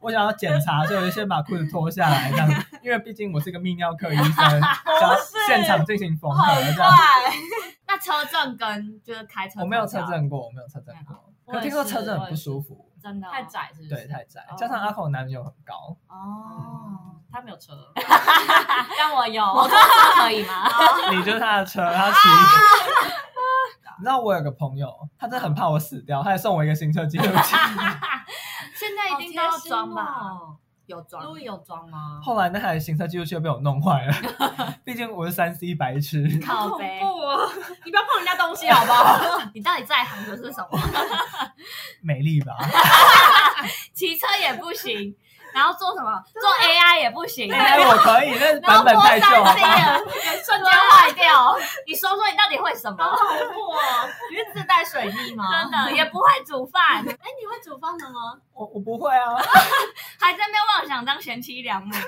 B: 我想要检查，所以我就先把裤子脱下来，这样，因为毕竟我是一个泌尿科
A: [laughs]
B: 医生，想要现场进行缝合，
C: 很
B: 这样。
A: 啊
C: 怪，
A: 那车震跟就是开车，
B: 我没有车，震过，我没有车震过，
D: 我
B: 可
A: 啊
D: 也
B: 听说
D: 是
B: 车震
D: 我
B: 很
D: 也
B: 不
D: 是
B: 舒服，
A: 真的哦
D: 太窄是不是？
B: 对，太窄
A: 哦，
B: 加上阿口男友很高， [laughs]
A: 哦。
D: 他没有车，但我有。
A: 摩托车可以吗？
B: 你就是他的车，他骑。
A: 啊
B: 你知道我有个朋友，他真的很怕我死掉，他还送我一个行车记
A: [laughs]
B: 录器。
A: 现在一定都要装
C: 哦
A: 吧？有装
D: 路易哦有装吗？
B: 后来那台行车记录器又被我弄坏了， [laughs] 毕竟我是三 C 白痴。
A: 靠背，
D: 哦！你不要碰人家东西好不好？
A: 你到底在行的是什么？
B: 美丽吧？
A: 骑车也不行，然后做什么？
D: 啊
A: 做 AI 也不行，[laughs]
B: 哎，
A: 然
B: 我可以，但是
A: 后
B: 版本
A: 播
B: 太
A: 三
B: 旧了
A: C 了，瞬间坏掉。 [laughs] 你说说你到底会什么？
C: 你是自带水逆
A: [laughs]
C: 吗？
A: 真的也不会煮饭，
D: 哦哎，你会煮饭的吗？
B: 我我不会啊，
A: 哦还在那边妄想当贤妻良母。
D: 哎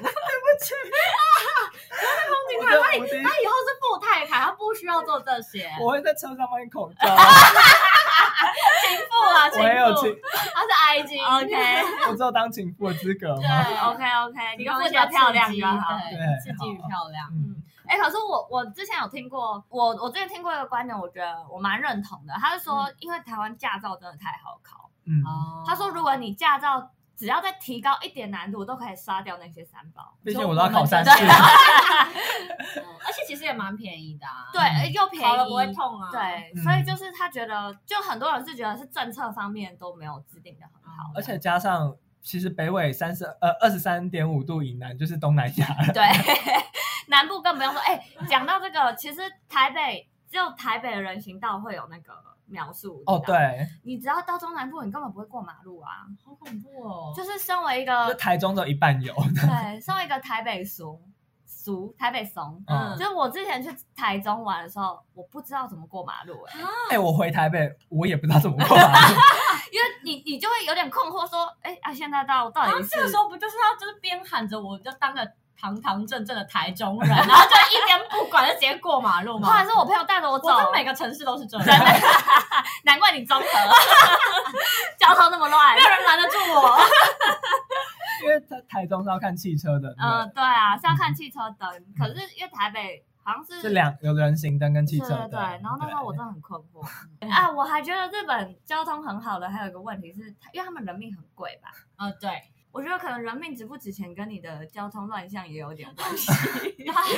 B: 我的无敌，
A: 他以后是富太太，他不需要做这些。
B: 我会在车上卖口罩，
A: 啊富啊，
B: [laughs] 我也有
A: 情
B: 情
A: 妇，，他是
D: [laughs]
A: IG。OK
B: 我只有当情妇的资格吗？
D: 对
A: OK OK，你就
D: 提供
A: 付
D: 一
A: 得
D: 下
A: 漂
D: 刺
A: 亮
D: 激
A: 就好。
D: 对
B: 对
D: 刺激与
B: 好
D: 漂亮。
B: 嗯，
A: 哎、可是我我之前有听过，我我之前听过一个观点，我觉得我蛮认同的。他是说，
D: 嗯
A: 因为台湾驾照真的太好考，
B: 嗯，
D: 哦
A: 他说如果你驾照只要再提高一点难度，都可以刷掉那些三包。
B: 毕竟我都要考三次，
D: 嗯而且其实也蛮便宜的啊，
A: 对，呃又便
D: 烤了
A: 宜，
D: 不会痛啊。
A: 对，
B: 嗯
A: 所以就是他觉得，就很多人是觉得是政策方面都没有制定的很好，
B: 而且加上其实北纬三十呃二十三点五度以南就是东南亚了。
A: 对， [laughs] 南部更不用说。哎、讲到这个，其实台北只有台北的人行道会有那个描述。
B: 哦，，对，
A: 你只要到中南部，你根本不会过马路啊。
D: 好恐怖哦！
A: 就是身为一
B: 就
A: 个
B: 台中只有一半有。
A: 对，身为一个台北俗俗台北怂。
B: 嗯，
A: 就是我之前去台中玩的时候，我不知道怎么过马路、哎，
B: 哎，我回台北，我也不知道怎么过
A: [laughs]
B: 啊马路。
A: 因为你你就会有点困惑，说，哎、啊，现在到到底是、
D: 这个时候不就是要就是边喊着我就当个堂堂正正的台中 [laughs] 人，然后就一边不管就直接过马路吗？
A: 后来是我朋友带着我走，
D: 我在每个城市都是这
A: [laughs]
D: 样，
A: 真的，难怪你综合， [laughs] 交通那么乱
D: 没。有人拦得住我。
B: 因为在台中是要看汽车的，
A: 嗯、
B: 嗯，
A: 对啊，是要看汽车灯，可是因为台北好像是
B: 是两有人行灯跟汽
A: 对
B: 车
A: 对
B: 灯。
A: 对，然后那时候我真的很困惑。啊，我还觉得日本交通很好的，还有一个问题是，因为他们人命很贵吧？
D: 呃，对，
A: 我觉得可能人命值不值钱跟你的交通乱象也有点 [laughs] 关系。
D: 大家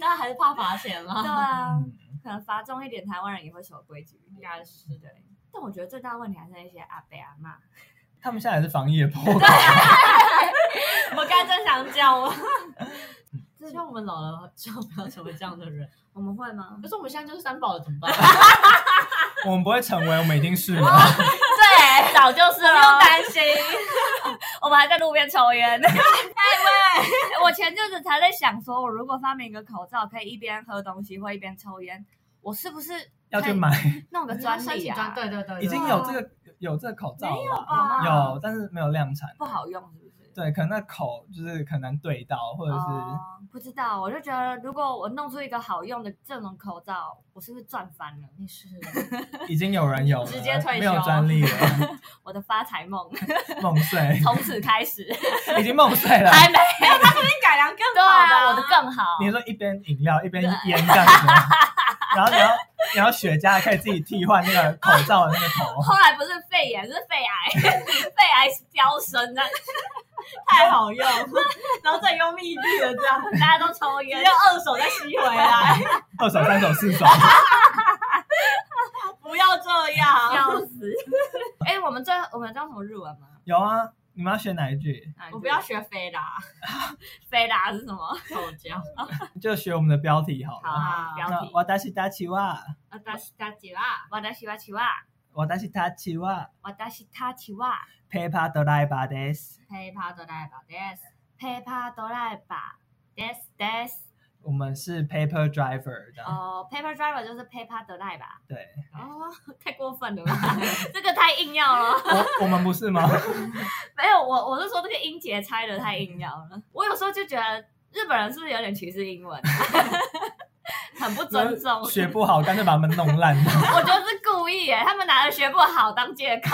D: 大家还是怕罚钱
A: 对
D: [laughs] 啦。
A: 啊，
B: 嗯
A: 可能罚重一点，台湾人也会守规矩一
D: 应
A: 点。
D: 该是的，
A: 但我觉得最大的问题还是那些阿伯阿妈，
B: 他们现在也是防疫的破口。
A: 啊
D: 我刚才真想讲我。希望我们老了之后不要成为这样的人。
A: [laughs] 我们会
D: [laughs]
A: 吗？
D: 可是我们现在就是三宝了，怎么 [laughs] 办？
B: 我们不会成为，我们已经是了。
A: 对，早就是了，
D: 不用
A: 担
D: [laughs]
A: 心。我们还在路边抽烟。哎喂，我前阵子才在想，说我如果发明一个口罩，可以一边喝东西或一边抽烟，我是不是
B: 要去
A: 可以
B: 买，
A: 弄个专利啊？
D: 对对对，
B: 已经有这个有这个口罩了，
A: 吧
B: 有，但是没有量产。
A: 哦不好用，是不是？
B: 对，可能那口就是很难对到，或者是
A: 哦不知道，我就觉得如果我弄出一个好用的这种口罩，我是不是赚翻了？
D: 你是
B: 已经有人有了，
D: 直接退休
B: 没有专利
A: [laughs]
B: 了，
A: 我的发财梦
B: 梦
A: [laughs]
B: [laughs] 碎，
A: 从此开始，
B: 已经梦碎了。
A: 还没
D: 改良更
A: 对啊，我的更好。
B: 啊你说一边饮料一边烟这
A: [laughs]
B: 样子吗，然后你要你要雪茄可以自己替换那个口罩的那个头，
A: 后来不是肺炎，是肺癌， [laughs] 肺癌飙升啊的，
D: 太好 [laughs] 用，然后再用密闭的这样，
A: 大家都抽
D: 直
A: 烟
D: 接。二手再吸回来，
B: 二手、三手、四
A: [laughs]
B: 手，
D: 不要这样。
A: 笑死！ [laughs] 哎、我们最我们知道什么日文吗？啊
B: 有啊。你们要选哪一句？
D: 我不要学飞啦，
A: 飞达是什么？
D: 口交。
B: 就学我们的标题好了。
A: 好，啊标
B: 那
A: 题。
B: 我达西达奇哇，
A: 我达西达奇哇，我达西达奇哇，
B: 我达西达奇哇
A: 我达西达奇哇，
B: ，paper 的来吧 t h i s
A: ペーパードライバーです。ペーパードライバーですです。
B: 我们是 paper driver 这样。
A: 哦、p a p e r driver 就是 paper 的赖吧？
B: 对，
A: 哦，太过分了吧？ [laughs] 这个太硬要了。
B: 我我们不是吗？
A: 没有，我我是说这个音节拆的太硬要了。我有时候就觉得日本人是不是有点歧视英文？啊 [laughs] 很不尊重。
B: 学不好，干脆把门弄
A: [laughs]
B: 烂。
A: 我觉得是故意耶，他们拿了学不好当借口，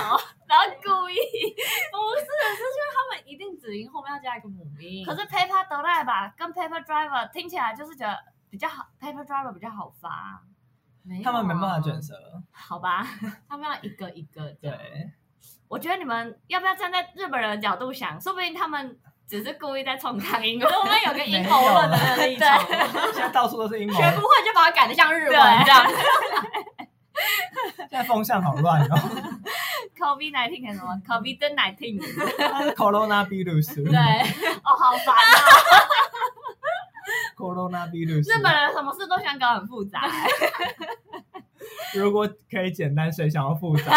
A: 然后故意。 [laughs]
D: 不是，是因为他们一定子音后面要加一个母音。
A: 可是 Paper Driver 跟 Paper Driver 听起来就是觉得比较好，Paper Driver 比较好发啊，
D: 没有
B: 他们没办法
D: 啊
B: 卷，舌。
A: 好吧？
D: 他们要一个一个这样。
B: 对，
A: 我觉得你们要不要站在日本人的角度想，说不定他们只是故意在冲康英文。
C: 我们有个阴
D: 没
C: 谋
D: 有
C: 论的
A: [laughs]
C: 那个立场，
B: 现在到处都是阴谋，
D: 学不会就把它改的像日文
A: 对
D: 这样。
B: 现在风向好乱
A: [laughs]
B: 哦。
A: COVID nineteen 还是什么 COVID nineteen？
B: 它是 corona virus，
D: 对，
A: 哦，好烦啊！
B: ，corona virus。
A: [laughs] 日本人什么事都想搞很复杂。
B: 如果可以简单，谁想要复
A: [laughs]
B: 杂？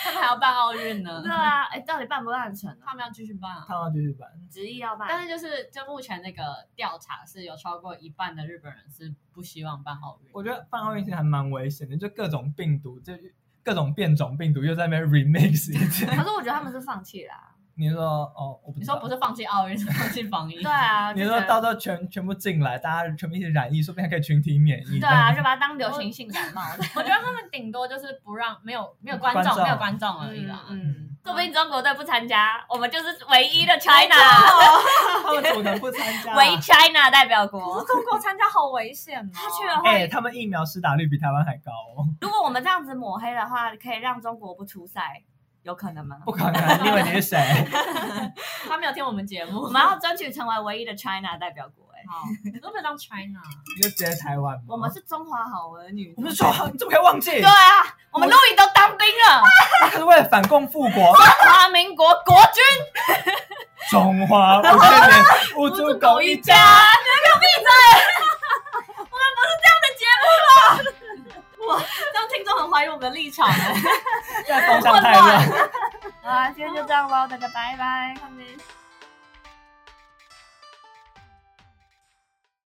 D: 他们还要办奥运呢
A: [laughs] 对，啊，哎，到底办不办得成啊？
D: 他们要继续办啊。
B: 看到就是版，
A: 执意要办，
D: 但是就是就目前那个调查是有超过一半的日本人是不希望办奥运。
B: 我觉得办奥运其实还蛮危险的，就各种病毒，就各种变种病毒又在那边 remix 一
A: [laughs]
B: 次。
A: 可是我觉得他们是放弃啦。
B: 你说哦，我不
D: 你
B: 知
D: 说
B: 道
D: 不。是放弃奥运，是放弃防疫。
A: [laughs] 对啊，
B: 你
A: 就
B: 说
A: 觉得
B: 到时候全全部进来，大家全部一起染疫，说不定还可以群体免疫。
A: 对啊，就把它当流行性感冒，
D: [laughs] 我觉得他们顶多就是不让没有没有观
B: 嗯观
D: 众
B: 众
D: 没有观众而已啦。
A: 嗯， [laughs] 说不定中国队不参加，我们就是唯一哎的 [laughs]
D: 哎
A: China，
B: 他们怎么可能不参加啊？
A: 唯 China 代表国。
C: 中国参加好危险哦。
A: 他去了
B: 哎、
A: 会，
B: 他们疫苗施打率比台湾还高哦，
A: 如果我们这样子抹黑的话，可以让中国不出赛，有可能吗？
B: 不可能！你以为你是谁？
D: 他没有听我们节
A: [laughs]
D: 目，
A: 我们要争取成为唯一的 China 代表国，哎，
D: 好，你都没有当 China，
B: 你就直接台湾吗？
A: 我们是中华好儿女，
B: 我们是中华，你怎么可以忘记？
A: 对啊，我们陆营都当兵了，
B: 他是为了反共复国，
A: 中华民国国军，
B: 中华五
A: [laughs]
B: 千年，五祖狗一家。
D: [laughs] 这样听众很怀疑我们的立场哎。
B: 现在风向太乱。
A: 好啊，今天就这样喽，大家拜拜，看